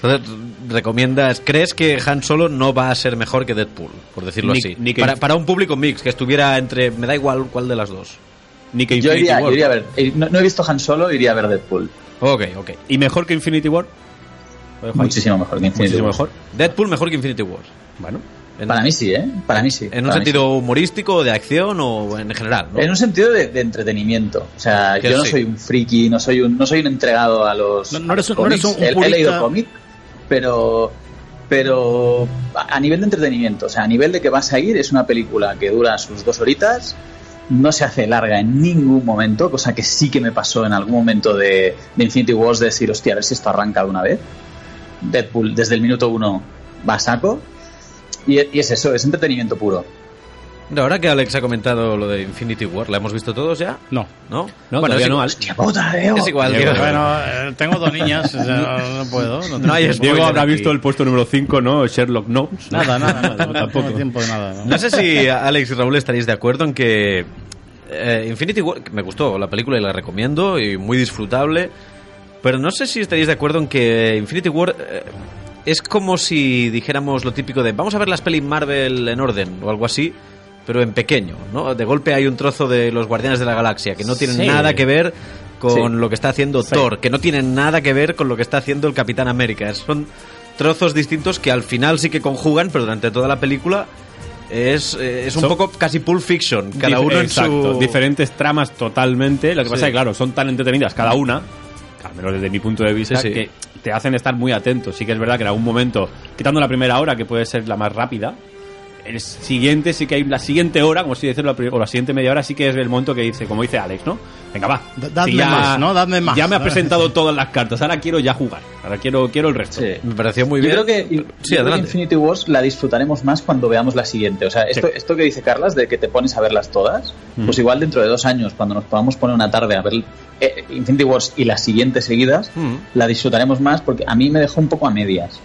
[SPEAKER 3] Entonces, recomiendas, ¿crees que Han Solo no va a ser mejor que Deadpool? Por decirlo
[SPEAKER 1] Ni-
[SPEAKER 3] así.
[SPEAKER 1] ni que-
[SPEAKER 3] para, para un público mix, que estuviera entre. Me da igual cuál de las dos.
[SPEAKER 1] Ni que
[SPEAKER 7] Yo
[SPEAKER 1] Infinity
[SPEAKER 7] iría, yo
[SPEAKER 1] War.
[SPEAKER 7] iría a ver. eh, No, no he visto Han Solo, iría a ver Deadpool.
[SPEAKER 3] Ok, ok.
[SPEAKER 1] ¿Y mejor que Infinity War? Lo dejo ahí.
[SPEAKER 7] Muchísimo mejor que Infinity
[SPEAKER 1] Muchísimo
[SPEAKER 7] War.
[SPEAKER 1] mejor.
[SPEAKER 3] Deadpool mejor que Infinity War.
[SPEAKER 1] Bueno.
[SPEAKER 3] En,
[SPEAKER 7] Para mí sí, ¿eh? Para mí sí.
[SPEAKER 3] en un
[SPEAKER 7] para mí
[SPEAKER 3] sentido humorístico, de acción o en general,
[SPEAKER 7] sí.
[SPEAKER 3] ¿no?
[SPEAKER 7] En un sentido de, de entretenimiento. O sea,
[SPEAKER 3] Que
[SPEAKER 7] yo no
[SPEAKER 3] sí.
[SPEAKER 7] soy un friki, no soy un, no soy un entregado a los.
[SPEAKER 2] No- no
[SPEAKER 7] a los
[SPEAKER 2] eres un- no eres
[SPEAKER 7] cómics.
[SPEAKER 2] un- un
[SPEAKER 7] He- he, leído
[SPEAKER 2] purista.
[SPEAKER 7] cómic, pero. Pero a a nivel de entretenimiento, o sea, a nivel de que vas a ir, es una película que dura sus dos horitas, no se hace larga en ningún momento, cosa que sí que me pasó en algún momento de, de Infinity Wars de decir, hostia, a ver si esto arranca de una vez. Deadpool desde el minuto uno va a saco. Y, y es eso, es entretenimiento puro.
[SPEAKER 3] De Ahora que Alex ha comentado lo de Infinity War, ¿la hemos visto todos ya?
[SPEAKER 2] No.
[SPEAKER 3] ¿No?
[SPEAKER 1] No,
[SPEAKER 3] Bueno,
[SPEAKER 1] todavía
[SPEAKER 3] es
[SPEAKER 1] no.
[SPEAKER 3] igual.
[SPEAKER 1] Al-
[SPEAKER 7] ¡Qué puta, Leo!
[SPEAKER 3] Es igual,
[SPEAKER 1] Diego,
[SPEAKER 3] tío.
[SPEAKER 2] Bueno, eh, tengo dos niñas, o sea, no, no puedo. No, tengo
[SPEAKER 3] No hay
[SPEAKER 2] tiempo.
[SPEAKER 3] spoiler
[SPEAKER 1] Diego habrá
[SPEAKER 3] aquí.
[SPEAKER 1] visto el puesto número 5, ¿no? Sherlock Gnomes. ¿no?
[SPEAKER 2] Nada, nada, nada.
[SPEAKER 1] Tampoco.
[SPEAKER 2] Tampoco tiempo de nada. ¿no?
[SPEAKER 3] No sé si Alex y Raúl estaréis de acuerdo en que eh, Infinity War que me gustó la película y la recomiendo y muy disfrutable, pero no sé si estaréis de acuerdo en que Infinity War eh, es como si dijéramos lo típico de vamos a ver las pelis Marvel en orden o algo así. Pero en pequeño, ¿no? De golpe hay un trozo de los Guardianes de la Galaxia que no tienen
[SPEAKER 1] Sí.
[SPEAKER 3] nada que ver con
[SPEAKER 7] Sí.
[SPEAKER 3] lo que está haciendo Thor, que no tienen nada que ver con lo que está haciendo el Capitán América. Son trozos distintos que al final sí que conjugan, pero durante toda la película es, eh, es un
[SPEAKER 1] Son-
[SPEAKER 3] poco casi Pulp Fiction, cada
[SPEAKER 1] Dif-
[SPEAKER 3] uno en
[SPEAKER 1] Exacto,
[SPEAKER 3] su...
[SPEAKER 1] diferentes tramas totalmente. Lo que pasa es que, claro, son tan entretenidas cada una, al menos desde mi punto de vista,
[SPEAKER 3] Sí, sí.
[SPEAKER 1] que te hacen estar muy atento. Sí que es verdad que en algún momento, quitando la primera hora, que puede ser la más rápida, el siguiente sí que hay la siguiente hora, como si decirlo, la pri- o la siguiente media hora sí que es el momento que dice, como dice Alex, ¿no? Venga, va.
[SPEAKER 2] Da- dadme más, ¿no? Dadme más.
[SPEAKER 1] Ya me ha
[SPEAKER 2] Dame-
[SPEAKER 1] presentado todas las cartas, ahora quiero ya jugar. Ahora quiero, quiero el resto.
[SPEAKER 7] Sí.
[SPEAKER 3] Me pareció muy
[SPEAKER 7] Yo
[SPEAKER 3] bien.
[SPEAKER 7] creo que, yo
[SPEAKER 3] sí,
[SPEAKER 7] creo que
[SPEAKER 3] adelante.
[SPEAKER 7] Infinity Wars la disfrutaremos más cuando veamos la siguiente. O sea, esto,
[SPEAKER 1] Sí.
[SPEAKER 7] esto que dice Carlas de que te pones a verlas todas,
[SPEAKER 1] Mm.
[SPEAKER 7] pues igual dentro de dos años, cuando nos podamos poner una tarde a ver eh, Infinity Wars y las siguientes seguidas,
[SPEAKER 3] Mm.
[SPEAKER 7] la disfrutaremos más porque a mí me dejó un poco a medias.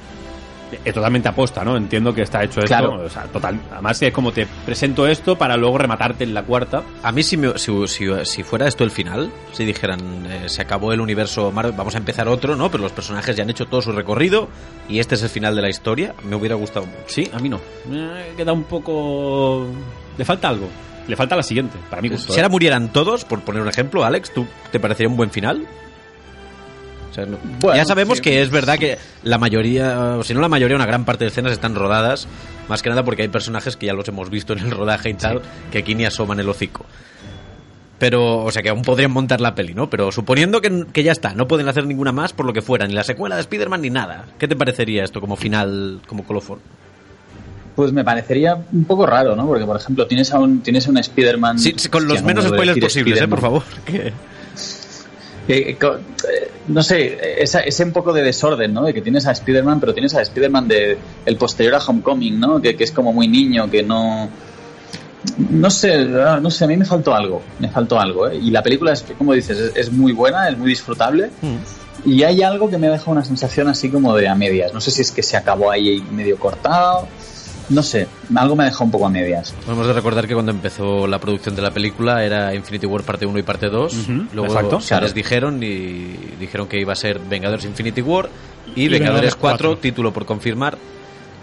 [SPEAKER 1] Eh, totalmente aposta, ¿no? Entiendo que está hecho esto.
[SPEAKER 7] Claro.
[SPEAKER 1] O sea, total. Además, es como te presento esto para luego rematarte en la cuarta.
[SPEAKER 3] A mí si, me- si, si, si fuera esto el final, si dijeran eh, se acabó el universo Marvel, vamos a empezar otro, ¿no? Pero los personajes ya han hecho todo su recorrido y este es el final de la historia, me hubiera gustado mucho.
[SPEAKER 1] Sí, a mí no. Me queda un poco. Le falta algo. Le falta la siguiente, para mi gusto.
[SPEAKER 3] Si
[SPEAKER 1] ¿eh?
[SPEAKER 3] ahora murieran todos, por poner un ejemplo, Alex, ¿tú te parecería un buen final? O sea, no-
[SPEAKER 7] Bueno,
[SPEAKER 3] ya sabemos
[SPEAKER 7] sí.
[SPEAKER 3] que es verdad que la mayoría, o si no la mayoría, una gran parte de escenas están rodadas, más que nada porque hay personajes que ya los hemos visto en el rodaje y tal, que aquí ni asoman el hocico. Pero, o sea, que aún podrían montar la peli, ¿no? Pero suponiendo que, que ya está, no pueden hacer ninguna más por lo que fuera, ni la secuela de Spider-Man ni nada. ¿Qué te parecería esto como final, como colofón?
[SPEAKER 7] Pues me parecería un poco raro, ¿no? Porque, por ejemplo, tienes a un, tienes a un Spider-Man.
[SPEAKER 3] Sí, sí, con los
[SPEAKER 7] Hostia, no
[SPEAKER 3] menos
[SPEAKER 7] me duele
[SPEAKER 3] spoilers
[SPEAKER 7] decir
[SPEAKER 3] posibles, ¿eh?
[SPEAKER 7] Spider-Man.
[SPEAKER 3] Por favor. que-
[SPEAKER 7] Eh, co- eh, no sé, esa- ese un poco de desorden, ¿no? De que tienes a Spider-Man, pero tienes a Spider-Man de el posterior a Homecoming, ¿no? Que, que es como muy niño, que no. No sé, ah, no sé, a mí me faltó algo, me faltó algo, ¿eh? Y la película, es, como dices, es, es muy buena, es muy disfrutable.
[SPEAKER 1] Mm.
[SPEAKER 7] Y hay algo que me ha dejado una sensación así como de a medias. No sé si es que se acabó ahí medio cortado. No sé, algo me ha dejado un poco a medias.
[SPEAKER 3] Hemos de recordar que cuando empezó la producción de la película era Infinity War parte 1 y parte 2.
[SPEAKER 1] Ujú,
[SPEAKER 3] Luego
[SPEAKER 1] exacto.
[SPEAKER 3] se
[SPEAKER 7] Claro.
[SPEAKER 3] les dijeron y dijeron que iba a ser Vengadores Infinity War y, Vengadores,
[SPEAKER 2] Vengadores
[SPEAKER 3] 4,
[SPEAKER 2] 4,
[SPEAKER 3] título por confirmar,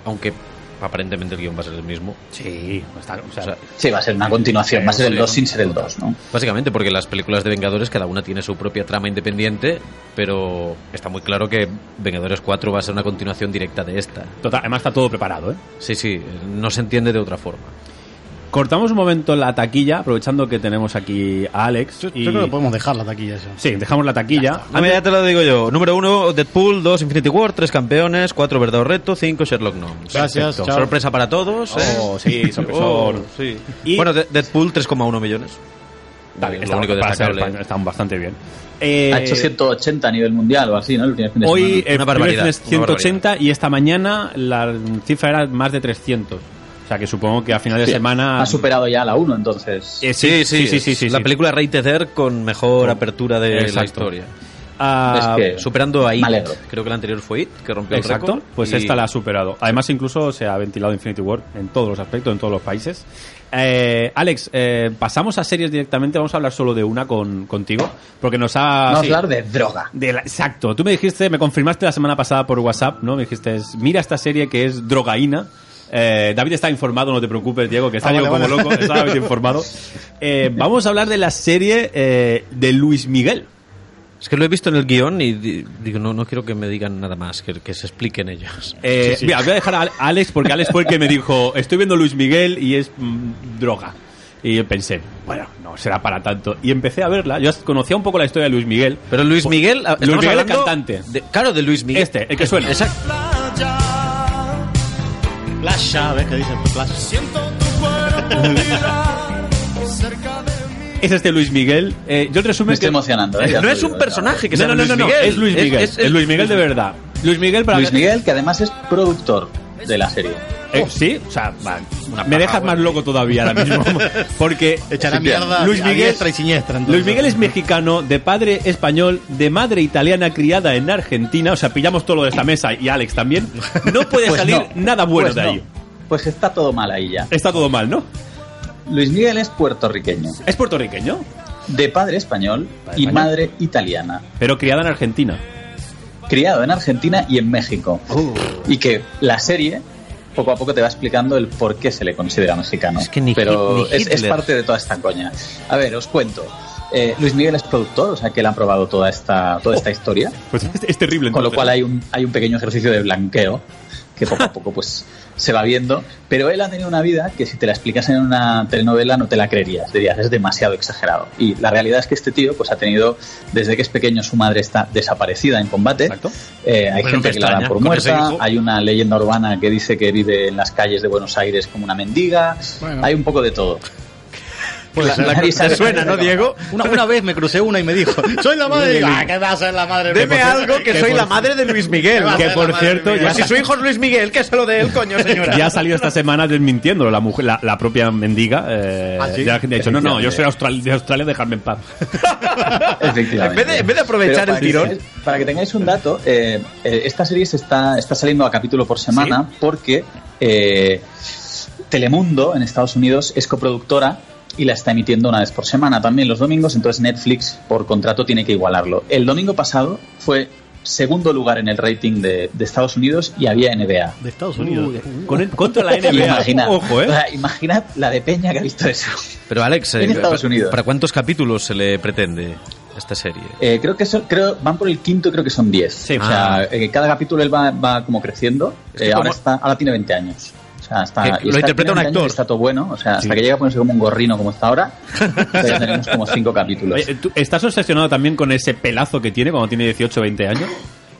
[SPEAKER 3] aunque aparentemente el guión va a ser el mismo.
[SPEAKER 1] Sí, está- o sea,
[SPEAKER 3] O sea,
[SPEAKER 7] Sí, va a ser una continuación, va a ser el 2 sin ser el 2, ¿no?
[SPEAKER 3] básicamente porque las películas de Vengadores cada una tiene su propia trama independiente, pero está muy claro que Vengadores 4 va a ser una continuación directa de esta.
[SPEAKER 1] total, además está todo preparado, ¿eh?
[SPEAKER 3] Sí, sí, no se entiende de otra forma.
[SPEAKER 1] Cortamos un momento la taquilla, aprovechando que tenemos aquí a Alex.
[SPEAKER 2] Yo,
[SPEAKER 1] y-
[SPEAKER 2] yo creo que podemos dejar la taquilla ya.
[SPEAKER 1] Sí, dejamos la taquilla.
[SPEAKER 3] Ah, mira, ya te lo digo yo. Número 1, Deadpool. 2, Infinity War. 3, Campeones. 4, Verdad o Reto. 5, Sherlock Gnomes.
[SPEAKER 2] Gracias,
[SPEAKER 3] Perfecto.
[SPEAKER 2] chao.
[SPEAKER 3] Sorpresa para todos. ¿eh?
[SPEAKER 1] Oh, sí, sorpresón.
[SPEAKER 3] Oh, sí.
[SPEAKER 1] Y-
[SPEAKER 3] Bueno, de- Deadpool 3,1 millones.
[SPEAKER 1] Está bien,
[SPEAKER 3] Es
[SPEAKER 1] está-
[SPEAKER 3] lo único
[SPEAKER 1] para ser
[SPEAKER 3] destacable.
[SPEAKER 1] español, está bastante bien. Eh,
[SPEAKER 7] Ha hecho 180 a nivel mundial o así, ¿no? El primer fin de
[SPEAKER 1] Hoy
[SPEAKER 7] semana.
[SPEAKER 1] el
[SPEAKER 3] Una
[SPEAKER 1] primer
[SPEAKER 3] barbaridad,
[SPEAKER 1] mes
[SPEAKER 3] una
[SPEAKER 1] 180 y esta mañana la cifra era más de 300. O sea que supongo que a final de
[SPEAKER 7] Sí,
[SPEAKER 1] semana...
[SPEAKER 7] Ha superado ya la 1, entonces.
[SPEAKER 1] Eh, sí, sí, sí, sí,
[SPEAKER 3] es
[SPEAKER 1] sí,
[SPEAKER 3] La
[SPEAKER 1] sí.
[SPEAKER 3] película Rated R con mejor apertura de la
[SPEAKER 1] Exacto.
[SPEAKER 3] historia.
[SPEAKER 1] Ah,
[SPEAKER 7] Es que-
[SPEAKER 3] Superando a It.
[SPEAKER 7] Me alegro.
[SPEAKER 3] Creo que la anterior fue It, que rompió el
[SPEAKER 1] Exacto,
[SPEAKER 3] récord.
[SPEAKER 1] pues
[SPEAKER 3] y-
[SPEAKER 1] esta la ha superado. Además, incluso se ha ventilado Infinity War en todos los aspectos, en todos los países. Eh, Alex, eh, pasamos a series directamente, vamos a hablar solo de una con, contigo, porque nos ha...
[SPEAKER 7] Vamos
[SPEAKER 1] sí,
[SPEAKER 7] a hablar de droga.
[SPEAKER 1] de la- exacto, tú me dijiste, me confirmaste la semana pasada por WhatsApp, ¿no? Me dijiste, es- mira esta serie que es drogaína. Eh, David está informado, no te preocupes, Diego, que está
[SPEAKER 2] Ah,
[SPEAKER 1] Diego
[SPEAKER 2] vale,
[SPEAKER 1] como
[SPEAKER 2] vale.
[SPEAKER 1] loco, está David informado. Eh, vamos a hablar de la serie eh, de Luis Miguel.
[SPEAKER 3] Es que lo he visto en el guión y di- digo, no, no quiero que me digan nada más, que, que se expliquen ellos.
[SPEAKER 1] Eh, Mira, voy a dejar a Al- Alex porque Alex fue el que me dijo, estoy viendo Luis Miguel y es mm, droga. Y yo pensé, bueno, no será para tanto. Y empecé a verla, yo conocía un poco la historia de Luis Miguel.
[SPEAKER 3] Pero Luis Miguel... ah, estamos
[SPEAKER 1] Pues, Luis Miguel, el
[SPEAKER 3] hablando
[SPEAKER 1] cantante.
[SPEAKER 3] de- claro, de Luis Miguel.
[SPEAKER 1] Este, el que suena.
[SPEAKER 3] Exacto.
[SPEAKER 2] Playa, ¿ves que dicen playa?
[SPEAKER 1] Es este Luis Miguel. Eh, yo el resumen
[SPEAKER 7] Me
[SPEAKER 1] es que-
[SPEAKER 7] estoy emocionando. ¿eh? Ya
[SPEAKER 3] No
[SPEAKER 7] te
[SPEAKER 3] es
[SPEAKER 7] digo,
[SPEAKER 3] un
[SPEAKER 7] ya.
[SPEAKER 3] personaje que
[SPEAKER 1] No,
[SPEAKER 3] sea
[SPEAKER 1] no, no,
[SPEAKER 3] Luis
[SPEAKER 1] no, no,
[SPEAKER 3] Miguel.
[SPEAKER 1] es Luis Miguel. Es, Luis Miguel de verdad. Luis Miguel para
[SPEAKER 7] Luis Miguel, que además es productor de la serie.
[SPEAKER 1] Eh, sí, o sea, va, me dejas más loco todavía ahora mismo porque
[SPEAKER 2] Echará
[SPEAKER 7] Sí,
[SPEAKER 2] mierda
[SPEAKER 1] Luis
[SPEAKER 2] a
[SPEAKER 1] Miguel-
[SPEAKER 2] diestra y siniestra. entonces.
[SPEAKER 1] Luis Miguel es mexicano, de padre español, de madre italiana criada en Argentina, o sea, pillamos todo lo de esta mesa y Alex también. No puede
[SPEAKER 7] Pues
[SPEAKER 1] salir
[SPEAKER 7] no,
[SPEAKER 1] nada bueno
[SPEAKER 7] pues
[SPEAKER 1] de
[SPEAKER 7] no.
[SPEAKER 1] ahí. Eh.
[SPEAKER 7] Pues está todo mal ahí ya.
[SPEAKER 1] Está todo mal, ¿no?
[SPEAKER 7] Luis Miguel es puertorriqueño,
[SPEAKER 1] Es puertorriqueño,
[SPEAKER 7] de padre español
[SPEAKER 1] Padre
[SPEAKER 7] y
[SPEAKER 1] español.
[SPEAKER 7] madre italiana,
[SPEAKER 1] pero criada en Argentina.
[SPEAKER 7] criado en Argentina y en México.
[SPEAKER 1] Oh.
[SPEAKER 7] Y que la serie poco a poco te va explicando el por qué se le considera mexicano.
[SPEAKER 3] Es que ni Hit-
[SPEAKER 7] Pero
[SPEAKER 3] ni
[SPEAKER 7] es- es,
[SPEAKER 3] Hitler.
[SPEAKER 7] parte de toda esta coña. A ver, os cuento. Eh, Luis Miguel es productor, o sea que él ha probado toda esta, toda esta historia.
[SPEAKER 1] Pues es, es terrible.
[SPEAKER 7] Con lo
[SPEAKER 1] entonces.
[SPEAKER 7] cual hay un, hay un pequeño ejercicio de blanqueo que poco a poco pues se va viendo. Pero él ha tenido una vida que si te la explicas en una telenovela no te la creerías. Dirías, es demasiado exagerado. Y la realidad es que este tío pues ha tenido, desde que es pequeño su madre está desaparecida en combate.
[SPEAKER 1] Exacto.
[SPEAKER 7] Eh, hay
[SPEAKER 3] Bueno,
[SPEAKER 7] gente
[SPEAKER 3] me
[SPEAKER 7] que la
[SPEAKER 3] extraña,
[SPEAKER 7] da por
[SPEAKER 3] con ese
[SPEAKER 7] muerta,
[SPEAKER 3] hijo.
[SPEAKER 7] hay una leyenda urbana que dice que vive en las calles de Buenos Aires como una mendiga,
[SPEAKER 2] Bueno.
[SPEAKER 7] hay un poco de todo.
[SPEAKER 2] Pues
[SPEAKER 7] la- la-
[SPEAKER 2] cosa
[SPEAKER 7] te suena, ¿no,
[SPEAKER 3] Diego?
[SPEAKER 2] Una, una vez me crucé una y me dijo, soy la madre. Y digo, ah, ¿qué vas a ser la madre?
[SPEAKER 3] Deme algo que soy la madre de Luis Miguel.
[SPEAKER 2] Que
[SPEAKER 3] Que
[SPEAKER 2] por
[SPEAKER 3] por
[SPEAKER 2] cierto,
[SPEAKER 3] cierto,
[SPEAKER 2] ya-
[SPEAKER 3] si su hijo es Luis Miguel, que se lo dé él, coño, señora.
[SPEAKER 1] Ya ha salido esta semana desmintiéndolo la, mujer, la, la propia mendiga. eh,
[SPEAKER 2] ¿Ah, sí?
[SPEAKER 1] Ya la gente ha dicho, no, no, yo soy austral- de Australia, dejadme en paz.
[SPEAKER 7] Efectivamente.
[SPEAKER 3] En vez de- en vez de aprovechar
[SPEAKER 7] Pero para
[SPEAKER 3] el
[SPEAKER 7] que
[SPEAKER 3] tirón.
[SPEAKER 7] tengáis- para que tengáis un dato, eh, eh, esta serie se está, está saliendo a capítulo por semana porque eh, Telemundo en Estados Unidos es coproductora y la está emitiendo una vez por semana también los domingos, entonces Netflix por contrato tiene que igualarlo. El domingo pasado fue segundo lugar en el rating de, de Estados Unidos y había NBA.
[SPEAKER 2] De Estados Unidos.
[SPEAKER 1] Con el- contra la
[SPEAKER 7] Y
[SPEAKER 1] NBA.
[SPEAKER 7] imaginad,
[SPEAKER 1] Ojo,
[SPEAKER 7] o
[SPEAKER 1] eh.
[SPEAKER 7] sea, imaginad la de Peña que ha visto eso.
[SPEAKER 3] Pero Alex,
[SPEAKER 7] En
[SPEAKER 3] eh,
[SPEAKER 7] Estados
[SPEAKER 3] ¿para-
[SPEAKER 7] Unidos.
[SPEAKER 3] ¿para cuántos capítulos se le pretende? esta serie?
[SPEAKER 7] Eh, creo que son, creo, van por el quinto, creo que son 10. o
[SPEAKER 1] Ah.
[SPEAKER 7] sea, eh, cada capítulo él va, va como creciendo.
[SPEAKER 3] Es que
[SPEAKER 7] Eh, ahora,
[SPEAKER 3] como-
[SPEAKER 7] está, ahora tiene 20 años. O sea, está,
[SPEAKER 3] Que-
[SPEAKER 7] y
[SPEAKER 3] lo
[SPEAKER 7] está-
[SPEAKER 3] interpreta
[SPEAKER 7] tiene
[SPEAKER 3] un
[SPEAKER 7] 20 años
[SPEAKER 3] actor.
[SPEAKER 7] y Está todo bueno. O sea, hasta
[SPEAKER 1] Sí.
[SPEAKER 7] que llega a ponerse como un gorrino como está ahora, todavía tenemos como 5 capítulos.
[SPEAKER 1] Oye, Eh, ¿tú ¿Estás obsesionado también con ese pelazo que tiene cuando tiene 18 o 20 años?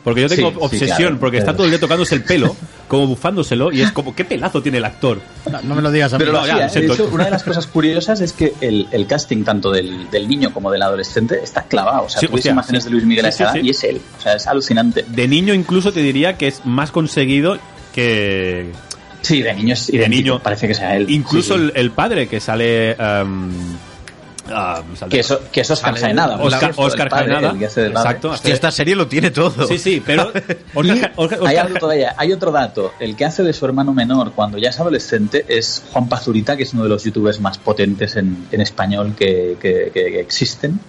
[SPEAKER 1] Porque yo tengo
[SPEAKER 7] Sí, sí,
[SPEAKER 1] obsesión,
[SPEAKER 7] claro.
[SPEAKER 1] porque está todo el día tocándose el pelo, como bufándoselo, y es como, ¿qué pelazo tiene el actor?
[SPEAKER 2] No, no me lo digas a mí.
[SPEAKER 7] Pero lo
[SPEAKER 1] No, ya,
[SPEAKER 7] hacía,
[SPEAKER 1] lo
[SPEAKER 7] ¿eh?
[SPEAKER 1] siento.
[SPEAKER 7] De hecho, una de las cosas curiosas es que el, el casting tanto del, del niño como del adolescente está clavado. O sea,
[SPEAKER 1] Sí,
[SPEAKER 7] tú ves
[SPEAKER 1] hostia,
[SPEAKER 7] imágenes
[SPEAKER 1] sí.
[SPEAKER 7] de Luis Miguel a
[SPEAKER 1] Sí, sí,
[SPEAKER 7] esa edad
[SPEAKER 1] sí.
[SPEAKER 7] y es él. O sea, es alucinante.
[SPEAKER 1] De niño incluso te diría que es más conseguido que...
[SPEAKER 7] Sí, de niño es
[SPEAKER 1] de
[SPEAKER 7] idéntico,
[SPEAKER 1] niño.
[SPEAKER 7] Parece que sea él.
[SPEAKER 1] Incluso
[SPEAKER 7] Sí, sí.
[SPEAKER 1] El, el padre que sale... em, ah, me saldrá.
[SPEAKER 7] Que, eso, que es Oscar
[SPEAKER 3] Vale,
[SPEAKER 7] Jaenada. por
[SPEAKER 1] Oscar,
[SPEAKER 7] cierto, el
[SPEAKER 1] Oscar
[SPEAKER 7] padre,
[SPEAKER 1] Jaenada.
[SPEAKER 7] el que hace de padre.
[SPEAKER 1] Exacto.
[SPEAKER 3] Hostia, esta serie lo tiene todo.
[SPEAKER 1] Sí, sí, pero...
[SPEAKER 7] Y
[SPEAKER 1] Oscar- Oscar-
[SPEAKER 7] hay,
[SPEAKER 1] Oscar-
[SPEAKER 7] algo todavía, hay otro dato. El que hace de su hermano menor cuando ya es adolescente es Juan Pazurita, que es uno de los youtubers más potentes en, en español que, que- que- que existen.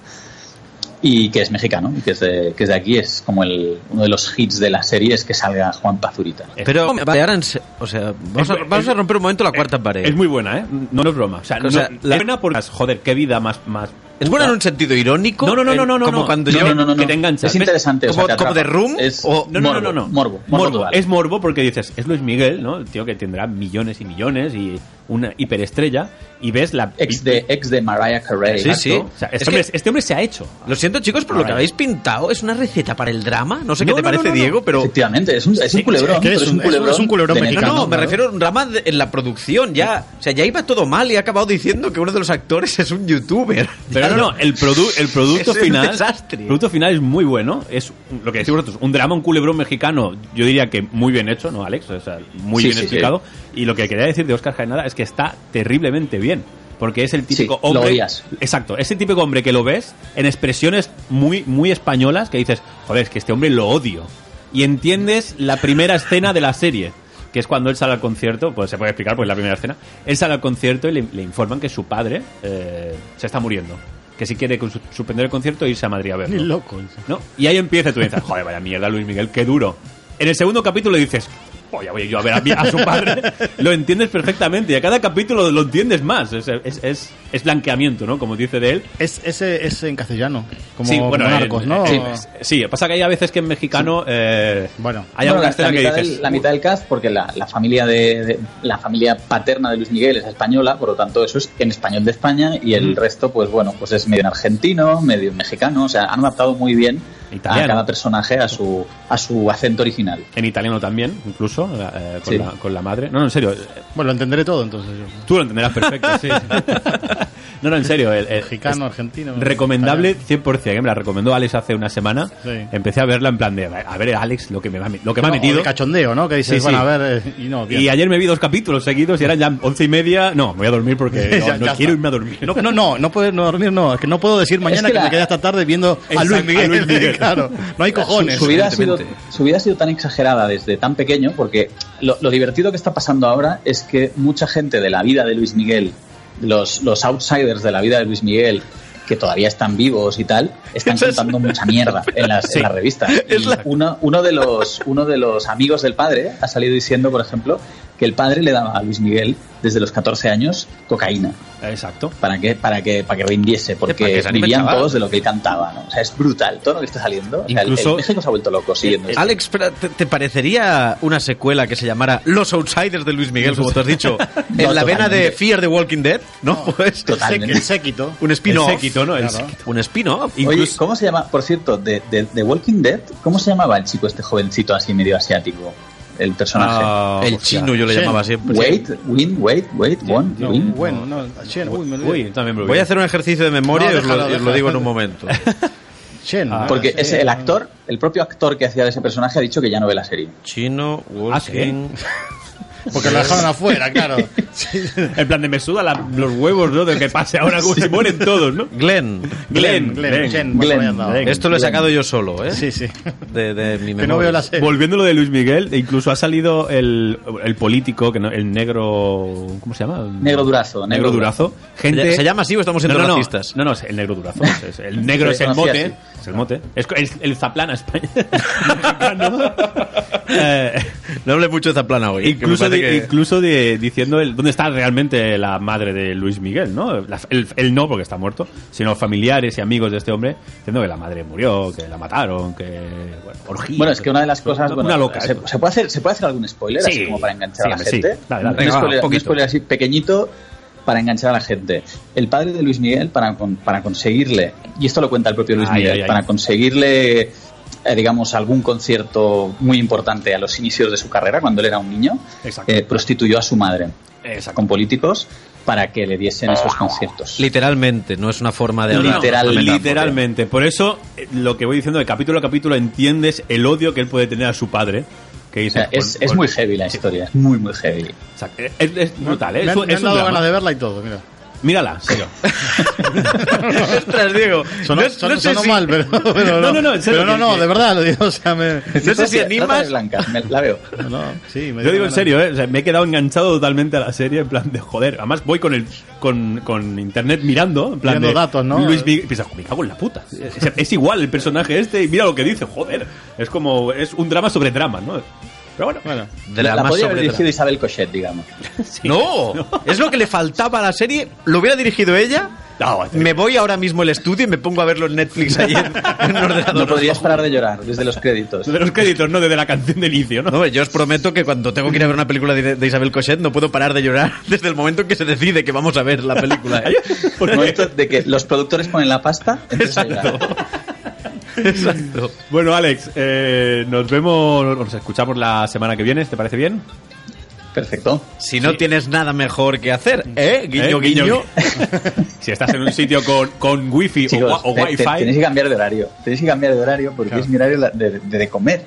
[SPEAKER 7] Y que es mexicano, y que es de, que es de aquí, es como el, uno de los hits de la serie es que salga Juan Pazurita.
[SPEAKER 3] Pero, vale, ahora en se- o sea,
[SPEAKER 1] Es-
[SPEAKER 3] vamos, a, vamos a
[SPEAKER 1] es-
[SPEAKER 3] romper un momento la cuarta pared.
[SPEAKER 1] Es muy buena, ¿eh? No, no es broma. O sea,
[SPEAKER 3] O sea,
[SPEAKER 1] no-
[SPEAKER 3] la-
[SPEAKER 1] es buena porque... Joder, qué vida más... más
[SPEAKER 3] ¿Es buena en un sentido irónico?
[SPEAKER 1] No, no, no, no, no, no,
[SPEAKER 3] Como
[SPEAKER 1] no.
[SPEAKER 3] cuando
[SPEAKER 1] No,
[SPEAKER 3] yo...
[SPEAKER 1] no, no. que te engancha.
[SPEAKER 7] Es interesante. o sea,
[SPEAKER 3] ¿Como-
[SPEAKER 7] te
[SPEAKER 3] como
[SPEAKER 7] atrapa.
[SPEAKER 3] The Room?
[SPEAKER 7] Es
[SPEAKER 3] O-
[SPEAKER 1] No, no,
[SPEAKER 7] morbo,
[SPEAKER 1] no, no, no.
[SPEAKER 7] Morbo. Morbo. total.
[SPEAKER 1] Es morbo porque dices, es Luis Miguel, ¿no? El tío que tendrá millones y millones y una hiperestrella y ves la...
[SPEAKER 7] ex, de, ex de Mariah Carey.
[SPEAKER 3] Sí,
[SPEAKER 1] Exacto.
[SPEAKER 3] sí.
[SPEAKER 1] O sea, este,
[SPEAKER 3] Es
[SPEAKER 1] hombre,
[SPEAKER 3] que-
[SPEAKER 1] este hombre se ha hecho.
[SPEAKER 3] Lo siento, chicos, por lo que
[SPEAKER 1] Ahora.
[SPEAKER 3] habéis pintado. Es una receta para el drama. No sé qué
[SPEAKER 1] No,
[SPEAKER 3] te
[SPEAKER 1] no,
[SPEAKER 3] parece,
[SPEAKER 1] no, no.
[SPEAKER 3] Diego, pero...
[SPEAKER 7] Efectivamente, es un, es un culebrón.
[SPEAKER 2] es que es
[SPEAKER 7] pero
[SPEAKER 2] un- es un- es un culebrón
[SPEAKER 7] de
[SPEAKER 2] mexicano.
[SPEAKER 3] No, no,
[SPEAKER 2] Claro.
[SPEAKER 3] me refiero a un drama de- en la producción. Ya,
[SPEAKER 1] Eh.
[SPEAKER 3] o sea, ya iba todo mal y ha acabado diciendo que uno de los actores es un youtuber.
[SPEAKER 1] Pero
[SPEAKER 3] Ya
[SPEAKER 1] no, no, el, produ- el producto
[SPEAKER 3] Es un
[SPEAKER 1] final...
[SPEAKER 3] desastre.
[SPEAKER 1] El producto final es muy bueno. Es lo que decís vosotros, un drama, un culebrón mexicano, yo diría que muy bien hecho, ¿no, Alex? O sea, muy
[SPEAKER 7] Sí,
[SPEAKER 1] bien
[SPEAKER 7] sí,
[SPEAKER 1] explicado. Y lo que quería decir de Oscar Jaenada es que está terriblemente bien. Porque es el típico
[SPEAKER 7] Sí, lo
[SPEAKER 1] hombre...
[SPEAKER 7] odias.
[SPEAKER 1] Exacto, ese típico hombre que lo ves en expresiones muy, muy españolas que dices, joder, es que este hombre lo odio. Y entiendes la primera escena de la serie, que es cuando él sale al concierto, pues se puede explicar, pues la primera escena. Él sale al concierto y le, le informan que su padre eh, se está muriendo. Que si quiere con- suspender el concierto e irse a Madrid a verlo.
[SPEAKER 2] Ni loco.
[SPEAKER 1] ¿no? Y ahí empieza y tú dices, joder, vaya mierda, Luis Miguel, qué duro. En el segundo capítulo dices, "Oh, ya voy yo a ver a, mi- a su padre. lo entiendes perfectamente y a cada capítulo lo entiendes más. Es, es, es, es blanqueamiento, ¿no? Como dice de él.
[SPEAKER 2] Es, ese es en castellano. Como,
[SPEAKER 1] sí, bueno,
[SPEAKER 2] como
[SPEAKER 1] en-
[SPEAKER 2] narcos, ¿no?
[SPEAKER 1] Sí, es- sí, pasa que hay a veces que en mexicano. eh,
[SPEAKER 2] Bueno.
[SPEAKER 1] hay
[SPEAKER 7] Bueno,
[SPEAKER 1] alguna
[SPEAKER 7] la-
[SPEAKER 1] escena
[SPEAKER 7] la
[SPEAKER 1] que
[SPEAKER 7] mitad
[SPEAKER 1] dices.
[SPEAKER 7] del- la mitad del cast, porque la, la familia de, de- la familia paterna de Luis Miguel es española, por lo tanto eso es en español de España y
[SPEAKER 1] Mm.
[SPEAKER 7] el resto, pues bueno, pues es medio en argentino, medio en mexicano, o sea, han adaptado muy bien
[SPEAKER 1] Italiano.
[SPEAKER 7] a cada personaje a su a su acento original.
[SPEAKER 1] En italiano también, incluso, eh, con,
[SPEAKER 7] Sí.
[SPEAKER 1] la, con la madre. No, no, en serio, eh,
[SPEAKER 2] Bueno, lo entenderé todo entonces yo.
[SPEAKER 1] tú lo entenderás perfecto, sí. no, no, en serio. El, el-
[SPEAKER 2] Mexicano, argentino.
[SPEAKER 1] Recomendable 100%, que ¿eh? me la recomendó Alex hace una semana.
[SPEAKER 2] Sí.
[SPEAKER 1] Empecé a verla en plan de, a ver, Alex, lo que me, va- lo que me
[SPEAKER 2] No,
[SPEAKER 1] ha
[SPEAKER 2] o
[SPEAKER 1] metido.
[SPEAKER 2] de cachondeo, ¿no? Que dices,
[SPEAKER 1] Sí, sí.
[SPEAKER 2] bueno, a ver, eh, y no, bien.
[SPEAKER 1] Y ayer me vi dos capítulos seguidos y eran ya once y media. No, me voy a dormir porque no,
[SPEAKER 2] Ya-
[SPEAKER 1] no
[SPEAKER 2] ya
[SPEAKER 1] quiero
[SPEAKER 2] está.
[SPEAKER 1] irme a dormir.
[SPEAKER 2] No, no, no, no puedo no dormir, no. Es que no puedo decir mañana
[SPEAKER 7] que
[SPEAKER 2] que,
[SPEAKER 7] la-
[SPEAKER 2] me quedé hasta tarde viendo a
[SPEAKER 1] Exacto,
[SPEAKER 2] Luis Miguel.
[SPEAKER 1] a Luis Miguel.
[SPEAKER 2] claro, no hay cojones.
[SPEAKER 7] Su, su vida ha sido,
[SPEAKER 3] evidentemente.
[SPEAKER 7] su vida ha sido tan exagerada desde tan pequeño, porque lo, lo divertido que está pasando ahora es que mucha gente de la vida de Luis Miguel, los, los outsiders de la vida de Luis Miguel, que todavía están vivos y tal, están
[SPEAKER 3] Eso es-
[SPEAKER 7] contando mucha mierda en las, en las revistas. Y
[SPEAKER 3] Es la-
[SPEAKER 7] uno, uno de los, uno de los amigos del padre ha salido diciendo, por ejemplo, que el padre le daba a Luis Miguel desde los 14 años cocaína
[SPEAKER 1] Exacto.
[SPEAKER 7] para que para que para que rindiese porque
[SPEAKER 3] para que se anime el
[SPEAKER 7] vivían
[SPEAKER 3] chaval.
[SPEAKER 7] todos de lo que él cantaba ¿no? o sea es brutal todo lo que está saliendo o sea, el-
[SPEAKER 1] Incluso-
[SPEAKER 7] el México se ha vuelto loco siguiendo esto.
[SPEAKER 3] Eh, Alex, espera, ¿te, te parecería una secuela que se llamara Los Outsiders de Luis Miguel, como te has dicho? en la vena de
[SPEAKER 7] totalmente.
[SPEAKER 3] Fear the Walking Dead, ¿no? Pues
[SPEAKER 7] Totalmente.
[SPEAKER 2] El séquito.
[SPEAKER 3] un
[SPEAKER 1] El
[SPEAKER 3] spin-off.
[SPEAKER 1] séquito, ¿no? El
[SPEAKER 2] Claro.
[SPEAKER 1] séquito.
[SPEAKER 3] Un spin-off.
[SPEAKER 7] Oye,
[SPEAKER 3] eh, Incluso
[SPEAKER 7] ¿cómo se llama? Por cierto, de, de, de Walking Dead, ¿cómo se llamaba el chico este jovencito así medio asiático? El personaje.
[SPEAKER 1] Ah,
[SPEAKER 3] el
[SPEAKER 1] hostia.
[SPEAKER 3] chino pues yo le
[SPEAKER 2] Sí.
[SPEAKER 3] llamaba siempre.
[SPEAKER 7] wait, win, wait, wait, won,
[SPEAKER 2] No,
[SPEAKER 7] win.
[SPEAKER 2] bueno, no, ayer, uy, me olvidé.
[SPEAKER 1] Uy, también me lo
[SPEAKER 3] Voy
[SPEAKER 1] vi.
[SPEAKER 3] a hacer un ejercicio de memoria
[SPEAKER 2] No,
[SPEAKER 3] y os lo-
[SPEAKER 2] déjalo,
[SPEAKER 3] y os lo
[SPEAKER 2] déjalo.
[SPEAKER 3] digo en un momento.
[SPEAKER 2] Chen,
[SPEAKER 1] Ah,
[SPEAKER 2] ¿no?
[SPEAKER 7] Porque
[SPEAKER 2] Sí.
[SPEAKER 7] es el actor, el propio actor que hacía de ese personaje ha dicho que ya no ve la serie.
[SPEAKER 3] Chino, Walking...
[SPEAKER 2] Porque lo dejaron afuera, claro. Sí.
[SPEAKER 1] En plan de me suda la- los huevos, ¿no? De que pase ahora como si mueren todos, ¿no?
[SPEAKER 3] Glenn.
[SPEAKER 1] Glenn, Glenn.
[SPEAKER 2] Chen, bueno,
[SPEAKER 7] Glenn,
[SPEAKER 2] ahí andaba.
[SPEAKER 1] Glenn.
[SPEAKER 3] Esto lo he sacado yo solo, ¿eh?
[SPEAKER 2] Sí, sí.
[SPEAKER 3] De, de mi memoria.
[SPEAKER 2] Que no veo la serie.
[SPEAKER 1] Volviendo a lo de Luis Miguel, e incluso ha salido el, el político, que no- el negro. ¿Cómo se llama?
[SPEAKER 7] Negro durazo,
[SPEAKER 1] Negro,
[SPEAKER 7] negro
[SPEAKER 1] durazo. Gente,
[SPEAKER 3] ¿Se- se llama así o estamos siendo
[SPEAKER 1] no, no,
[SPEAKER 3] racistas?
[SPEAKER 1] No, no, es el negro durazo. es- es- el negro es el
[SPEAKER 7] Sí,
[SPEAKER 1] mote.
[SPEAKER 7] así,
[SPEAKER 1] Es el mote. Es co- es el zaplana español. Mexicano. Eh,
[SPEAKER 3] No hablé mucho de Zaplana hoy. que me
[SPEAKER 1] incluso
[SPEAKER 3] parece
[SPEAKER 1] de- ¿eh?
[SPEAKER 3] que-
[SPEAKER 1] incluso de- diciendo el, dónde dónde está realmente la madre de Luis Miguel, ¿no? La- él, él no, porque está muerto, sino familiares y amigos de este hombre, diciendo que la madre murió, que la mataron, que. Bueno, orgías.
[SPEAKER 7] Bueno, es que una de las cosas.
[SPEAKER 1] Una
[SPEAKER 7] bueno,
[SPEAKER 1] loca.
[SPEAKER 7] se,
[SPEAKER 1] esto.
[SPEAKER 7] se puede hacer, ¿Se puede hacer algún spoiler
[SPEAKER 1] Sí.
[SPEAKER 7] así como para enganchar
[SPEAKER 1] Sí,
[SPEAKER 7] a la
[SPEAKER 1] hombre, sí.
[SPEAKER 7] gente?
[SPEAKER 1] Dale, dale.
[SPEAKER 7] Un
[SPEAKER 1] Venga, va,
[SPEAKER 7] spoiler- un,
[SPEAKER 1] poquito.
[SPEAKER 7] spoiler así pequeñito para enganchar a la gente. El padre de Luis Miguel, para, con- para conseguirle, y esto lo cuenta el propio Luis
[SPEAKER 1] Ay,
[SPEAKER 7] Miguel,
[SPEAKER 1] ay, ay.
[SPEAKER 7] para conseguirle, eh, digamos, algún concierto muy importante a los inicios de su carrera, cuando él era un niño,
[SPEAKER 1] Exacto.
[SPEAKER 7] eh, prostituyó a su madre
[SPEAKER 1] Exacto.
[SPEAKER 7] con políticos para que le diesen esos conciertos.
[SPEAKER 3] Literalmente, no es una forma de hablar.
[SPEAKER 7] Literal-
[SPEAKER 3] una metáfora.
[SPEAKER 1] Literalmente. Por eso, eh, lo que voy diciendo de capítulo a capítulo, entiendes el odio que él puede tener a su padre. Que
[SPEAKER 7] O
[SPEAKER 1] dice,
[SPEAKER 7] sea, es,
[SPEAKER 1] con-
[SPEAKER 7] es
[SPEAKER 1] con-
[SPEAKER 7] muy heavy la historia, es muy, muy heavy.
[SPEAKER 1] o sea, es, es brutal, ¿eh?
[SPEAKER 2] Me
[SPEAKER 1] Es,
[SPEAKER 2] han,
[SPEAKER 1] un-
[SPEAKER 2] me
[SPEAKER 1] es
[SPEAKER 2] han
[SPEAKER 1] un
[SPEAKER 2] dado
[SPEAKER 1] drama.
[SPEAKER 2] ganas de verla y todo, mira.
[SPEAKER 1] Mírala, serio.
[SPEAKER 3] Ostras, Diego.
[SPEAKER 2] Sonó,
[SPEAKER 3] no,
[SPEAKER 2] sonó-
[SPEAKER 3] no sé
[SPEAKER 2] sonó
[SPEAKER 3] si-
[SPEAKER 2] mal, pero, pero
[SPEAKER 1] No, no, no, en serio,
[SPEAKER 2] pero no,
[SPEAKER 1] que-
[SPEAKER 2] no,
[SPEAKER 1] que-
[SPEAKER 2] de verdad lo digo, o sea, me...
[SPEAKER 3] No sé si
[SPEAKER 7] Trata de- trata de
[SPEAKER 3] animas.
[SPEAKER 7] Blanca, me- la veo.
[SPEAKER 2] no, sí, me
[SPEAKER 1] Yo
[SPEAKER 2] dio
[SPEAKER 1] digo en
[SPEAKER 2] ganas.
[SPEAKER 1] serio, ¿eh? O sea, me he quedado enganchado totalmente a la serie, en plan de joder. Además, voy con el con, con internet mirando, en plan
[SPEAKER 2] Mirando
[SPEAKER 1] de
[SPEAKER 2] datos, ¿no?
[SPEAKER 1] Luis Miguel. Y piensas, me cago en la puta. Es, es igual el personaje este y mira lo que dice, joder. Es como, es un drama sobre drama, ¿no? Pero bueno,
[SPEAKER 2] Bueno,
[SPEAKER 3] De
[SPEAKER 7] La,
[SPEAKER 3] la, más
[SPEAKER 7] podría haber
[SPEAKER 3] sobre-
[SPEAKER 7] dirigido Isabel Cochet, digamos.
[SPEAKER 3] No, es lo que le faltaba a la serie. Lo hubiera dirigido ella.
[SPEAKER 1] No, es-
[SPEAKER 3] Me voy ahora mismo al estudio y me pongo a verlo en Netflix ahí en, en un ordenador.
[SPEAKER 7] No podrías parar de llorar desde los créditos.
[SPEAKER 1] de los créditos, no desde la canción de inicio, ¿no?
[SPEAKER 3] No, yo os prometo que cuando tengo que ir a ver una película de, de Isabel Cochet no puedo parar de llorar desde el momento en que se decide que vamos a ver la película. ¿eh?
[SPEAKER 1] ¿Por
[SPEAKER 7] El
[SPEAKER 1] qué?
[SPEAKER 7] momento de que los productores ponen la pasta, empiezas a llorar.
[SPEAKER 3] Exacto.
[SPEAKER 1] Bueno, Alex, eh, nos vemos, nos escuchamos la semana que viene, ¿te parece bien?
[SPEAKER 7] Perfecto.
[SPEAKER 3] Si no tienes nada mejor que hacer, ¿eh? Guiño,
[SPEAKER 1] Eh,
[SPEAKER 3] guiño.
[SPEAKER 1] si estás en un sitio con, con wifi o
[SPEAKER 7] Chicos,
[SPEAKER 1] gua- o,
[SPEAKER 7] te- te-
[SPEAKER 1] wifi.
[SPEAKER 7] tenéis que cambiar de horario. Tenéis que cambiar de horario porque
[SPEAKER 2] Claro.
[SPEAKER 7] es mi horario la- de, de- de comer.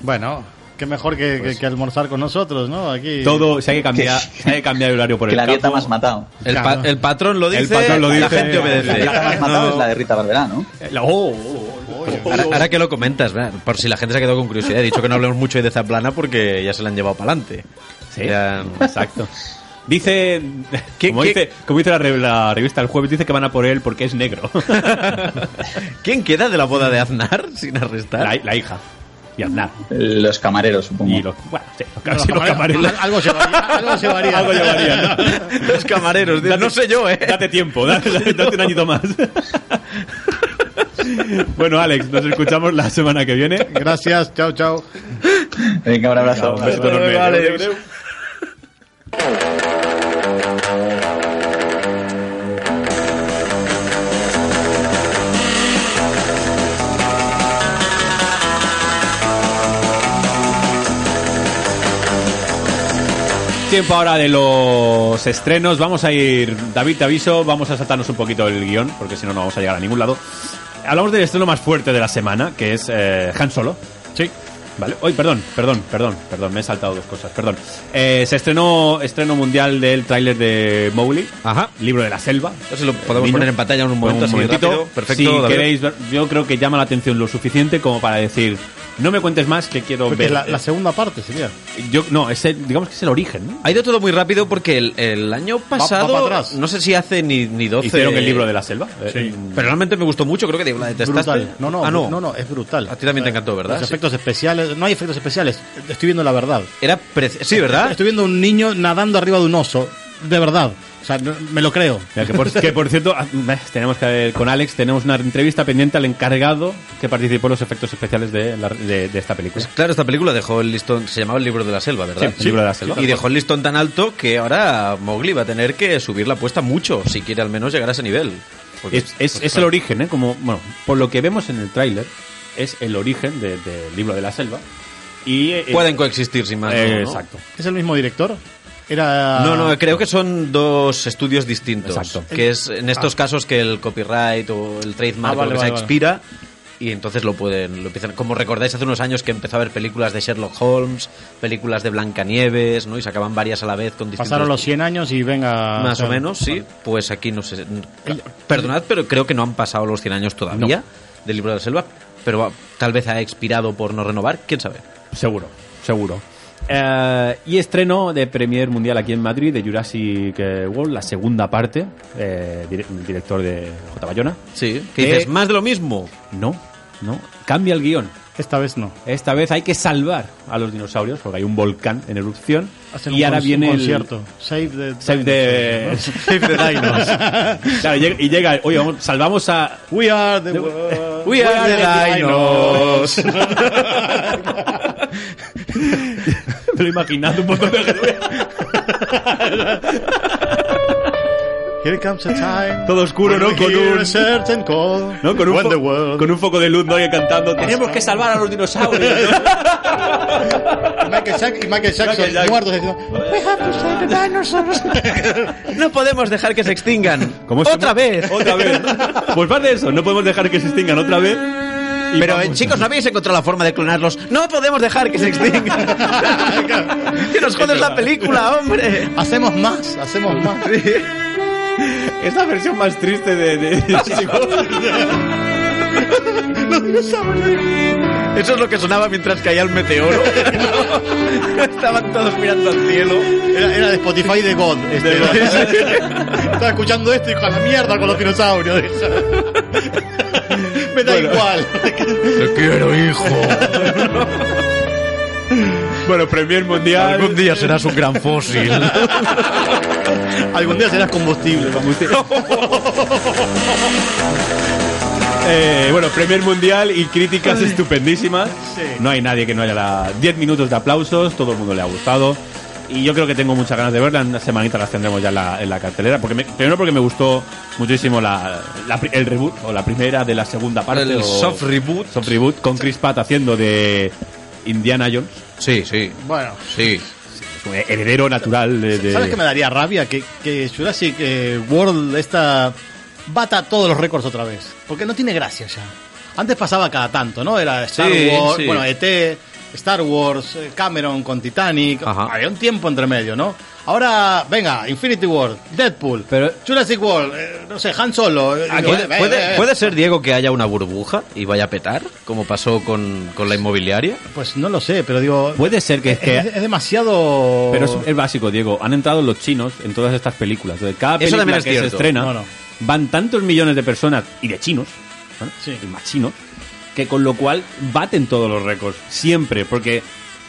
[SPEAKER 2] bueno, qué mejor que, que- que almorzar con nosotros, ¿no? Aquí...
[SPEAKER 1] Pues- Todo, si hay que cambiar, si hay que cambiar el horario por
[SPEAKER 7] Que
[SPEAKER 1] el
[SPEAKER 7] la dieta
[SPEAKER 1] campo.
[SPEAKER 7] me has matado.
[SPEAKER 3] El, pa- el patrón lo
[SPEAKER 1] El
[SPEAKER 3] dice,
[SPEAKER 1] patrón lo
[SPEAKER 3] la
[SPEAKER 1] dice.
[SPEAKER 3] gente
[SPEAKER 7] La
[SPEAKER 3] obedece.
[SPEAKER 7] dieta me has matado es la de Rita Barberá, ¿no?
[SPEAKER 1] La- oh, oh, oh, oh.
[SPEAKER 3] Ahora, ahora que lo comentas, ¿verdad? por si la gente se ha quedado con curiosidad, he dicho que no hablemos mucho hoy de Zaplana porque ya se la han llevado para adelante.
[SPEAKER 1] Sí, exacto. Dice,
[SPEAKER 3] ¿Qué-
[SPEAKER 1] como
[SPEAKER 3] qué-
[SPEAKER 1] dice, como dice la, re- la revista el jueves, dice que van a por él porque es negro.
[SPEAKER 3] ¿Quién queda de la boda de Aznar sin arrestar?
[SPEAKER 1] la, la hija. Y Aznar.
[SPEAKER 7] Los camareros, supongo.
[SPEAKER 1] Y los, bueno, sí, los,
[SPEAKER 2] Bueno,
[SPEAKER 1] sí, los camareros.
[SPEAKER 2] al- Algo llevaría. Algo llevaría.
[SPEAKER 1] Algo llevarían, ¿no?
[SPEAKER 3] Los camareros, digo, no sé yo, ¿eh?
[SPEAKER 1] Date tiempo, date, date un añito más. bueno, Alex, nos escuchamos la semana que viene.
[SPEAKER 2] Gracias, chao, chao.
[SPEAKER 7] Venga, un abrazo.
[SPEAKER 1] Un besito enorme.
[SPEAKER 3] Alex.
[SPEAKER 1] Tiempo ahora de los estrenos. Vamos a ir, David, te aviso, vamos a saltarnos un poquito el guión, porque si no, no vamos a llegar a ningún lado. Hablamos del estreno más fuerte de la semana, que es eh, Han Solo. Sí. Vale, hoy, perdón, perdón, perdón, perdón, me he saltado dos cosas, perdón. Eh, se estrenó estreno mundial del tráiler de Mowgli,
[SPEAKER 3] Ajá.
[SPEAKER 1] libro de la selva.
[SPEAKER 3] Entonces lo podemos
[SPEAKER 1] Niño.
[SPEAKER 3] poner en pantalla en un momento así
[SPEAKER 1] momentito.
[SPEAKER 3] rápido. Perfecto,
[SPEAKER 1] si
[SPEAKER 3] David.
[SPEAKER 1] queréis ver- yo creo que llama la atención lo suficiente como para decir, no me cuentes más que quiero
[SPEAKER 2] Porque
[SPEAKER 1] ver.
[SPEAKER 2] la, la segunda parte sería.
[SPEAKER 1] Yo, no, es el- digamos que es el origen. ¿no?
[SPEAKER 3] Ha ido todo muy rápido porque el, el año pasado,
[SPEAKER 2] pa' atrás.
[SPEAKER 3] no sé si hace ni, ni 12...
[SPEAKER 1] Hicieron el libro de la selva. Eh,
[SPEAKER 3] Pero realmente me gustó mucho, creo que Diego la detestaste.
[SPEAKER 2] Brutal. No, no,
[SPEAKER 3] Ah,
[SPEAKER 2] no, no, es brutal.
[SPEAKER 3] A ti también te encantó, ¿verdad?
[SPEAKER 2] Los
[SPEAKER 3] Sí.
[SPEAKER 2] efectos especiales. No hay efectos especiales. Estoy viendo la verdad.
[SPEAKER 3] Era preci- Sí, ¿verdad?
[SPEAKER 2] Estoy viendo un niño nadando arriba de un oso. De verdad. O sea, no- me lo creo.
[SPEAKER 1] Mira, que, por, que por cierto, ah, eh, tenemos que ver con Alex, tenemos una entrevista pendiente al encargado que participó en los efectos especiales de, la- de- de esta película.
[SPEAKER 3] Pues claro, esta película dejó el listón, se llamaba El libro de la selva, ¿verdad?
[SPEAKER 1] Sí, El libro de la selva.
[SPEAKER 3] Y dejó el listón tan alto que ahora Mowgli va a tener que subir la apuesta mucho, si quiere al menos llegar a ese nivel. Porque- pues
[SPEAKER 1] Es, es- es el origen, ¿eh? Como, bueno, por lo que vemos en el tráiler, es el origen de- del libro de la selva. Y, eh,
[SPEAKER 3] Pueden coexistir sin más.
[SPEAKER 1] eh,
[SPEAKER 3] ¿no?
[SPEAKER 1] Exacto.
[SPEAKER 2] ¿Es el mismo director? Era.
[SPEAKER 3] No, no, creo que son dos estudios distintos.
[SPEAKER 1] Exacto. Ah.
[SPEAKER 3] Que es en estos casos que el copyright o el trademark
[SPEAKER 2] Ah, vale,
[SPEAKER 3] o lo que
[SPEAKER 2] vale,
[SPEAKER 3] sea
[SPEAKER 2] vale.
[SPEAKER 3] expira y entonces lo pueden, lo empiezan. Como recordáis hace unos años que empezó a haber películas de Sherlock Holmes, películas de Blancanieves, ¿no? Y sacaban varias a la vez con distintos.
[SPEAKER 2] Pasaron los 100 años y
[SPEAKER 1] Ah,
[SPEAKER 2] venga.
[SPEAKER 3] más
[SPEAKER 2] o sea,
[SPEAKER 3] o menos, sí.
[SPEAKER 2] vale.
[SPEAKER 3] Pues aquí no sé. Perdonad, pero creo que no han pasado los 100 años todavía del libro de la selva. Pero ah, tal vez ha expirado por no renovar, quién sabe.
[SPEAKER 1] Seguro, seguro. Eh, y estreno de Premier Mundial aquí en Madrid de Jurassic eh, World, la segunda parte, eh, dire- director de J. Bayona. Eh,
[SPEAKER 3] Sí. Que dices, más de lo mismo.
[SPEAKER 1] No, no, cambia el guión.
[SPEAKER 2] Esta vez no.
[SPEAKER 1] Esta vez hay que salvar a los dinosaurios porque hay un volcán en erupción.
[SPEAKER 2] Hacen
[SPEAKER 1] y
[SPEAKER 2] un
[SPEAKER 1] ahora
[SPEAKER 2] con-
[SPEAKER 1] viene
[SPEAKER 2] un
[SPEAKER 1] el
[SPEAKER 2] concierto. Save the
[SPEAKER 1] Save the-
[SPEAKER 2] Save the Dinos.
[SPEAKER 1] Claro, y llega- y llega, oye, vamos, salvamos a.
[SPEAKER 2] We are the world.
[SPEAKER 1] We are the
[SPEAKER 2] dinos.
[SPEAKER 1] Me lo he imaginado un montón de gente.
[SPEAKER 2] Here comes a time.
[SPEAKER 1] Todo oscuro, ¿no?
[SPEAKER 2] when we
[SPEAKER 1] Con
[SPEAKER 2] hear
[SPEAKER 1] un-
[SPEAKER 2] a certain call.
[SPEAKER 1] ¿no? Con, un
[SPEAKER 2] when
[SPEAKER 1] fo-
[SPEAKER 2] the world
[SPEAKER 1] con un foco de luz, ¿no? Y cantando. Tenemos que salvar a los dinosaurios. ¿no?
[SPEAKER 2] Y Michael, Jack- y Michael Jackson
[SPEAKER 1] Michael Jackson.
[SPEAKER 2] muerto diciendo, We have to save the dinosaurs.
[SPEAKER 3] No podemos dejar que se extingan.
[SPEAKER 1] ¿Cómo se
[SPEAKER 3] ¡Otra
[SPEAKER 1] llama?
[SPEAKER 3] vez!
[SPEAKER 1] Otra vez. Pues va de eso. No podemos dejar que se extingan otra vez. Y
[SPEAKER 3] Pero,
[SPEAKER 1] vamos.
[SPEAKER 3] eh, chicos, ¿no habéis encontrado la forma de clonarlos? ¡No podemos dejar que se extingan! ¡Que nos jodes la película, hombre!
[SPEAKER 2] hacemos más, hacemos más.
[SPEAKER 1] es la versión más triste de. de-
[SPEAKER 3] Eso es lo que sonaba mientras caía el meteoro. Estaban todos mirando al cielo.
[SPEAKER 2] Era, era de Spotify de God. este. Estaba escuchando esto y dijo, a la mierda con los dinosaurios. Me da igual.
[SPEAKER 3] Te quiero, hijo.
[SPEAKER 1] bueno, Premier Mundial.
[SPEAKER 3] día serás un gran fósil.
[SPEAKER 2] Algún día serás combustible.
[SPEAKER 1] Eh, bueno, Premier Mundial y críticas estupendísimas. No hay nadie que no haya la... 10 minutos de aplausos, todo el mundo le ha gustado. Y yo creo que tengo muchas ganas de verla. En una semanita las tendremos ya en la, en la cartelera. Porque me- primero porque me gustó muchísimo la, la pri- el reboot, o la primera de la segunda parte.
[SPEAKER 3] El
[SPEAKER 1] o-
[SPEAKER 3] soft reboot.
[SPEAKER 1] soft reboot con Chris Pratt haciendo de Indiana Jones.
[SPEAKER 3] Sí, sí,
[SPEAKER 2] Bueno.
[SPEAKER 3] sí.
[SPEAKER 1] un Heredero natural de... de-
[SPEAKER 2] ¿Sabes qué me daría rabia? Que, que Jurassic eh, World esta bata todos los récords otra vez. Porque no tiene gracia ya. Antes pasaba cada tanto, ¿no? Era Star
[SPEAKER 3] Sí,
[SPEAKER 2] Wars,
[SPEAKER 3] sí.
[SPEAKER 2] bueno, ET, Star Wars, eh, Cameron con Titanic.
[SPEAKER 3] Ajá.
[SPEAKER 2] Había un tiempo entre medio, ¿no? Ahora, venga, Infinity World, Deadpool,
[SPEAKER 1] Pero-
[SPEAKER 2] Jurassic World, eh, no sé, Han Solo. eh, digo,
[SPEAKER 3] Ah, ¿Puede,
[SPEAKER 2] eh, eh,
[SPEAKER 3] puede,
[SPEAKER 2] eh.
[SPEAKER 3] puede ser, Diego, que haya una burbuja y vaya a petar, como pasó con, con la inmobiliaria?
[SPEAKER 2] Pues no lo sé, pero digo...
[SPEAKER 1] Puede ser que... este
[SPEAKER 2] es,
[SPEAKER 1] que-
[SPEAKER 2] es demasiado...
[SPEAKER 1] Pero es, es básico, Diego. Han entrado los chinos en todas estas películas. Entonces, cada
[SPEAKER 3] Eso
[SPEAKER 1] película
[SPEAKER 3] también es
[SPEAKER 1] que se
[SPEAKER 3] cierto.
[SPEAKER 1] estrena
[SPEAKER 2] No, no.
[SPEAKER 1] van tantos millones de personas y de chinos, ¿vale?
[SPEAKER 2] Sí.
[SPEAKER 1] y más chinos, que con lo cual baten todos los récords siempre, porque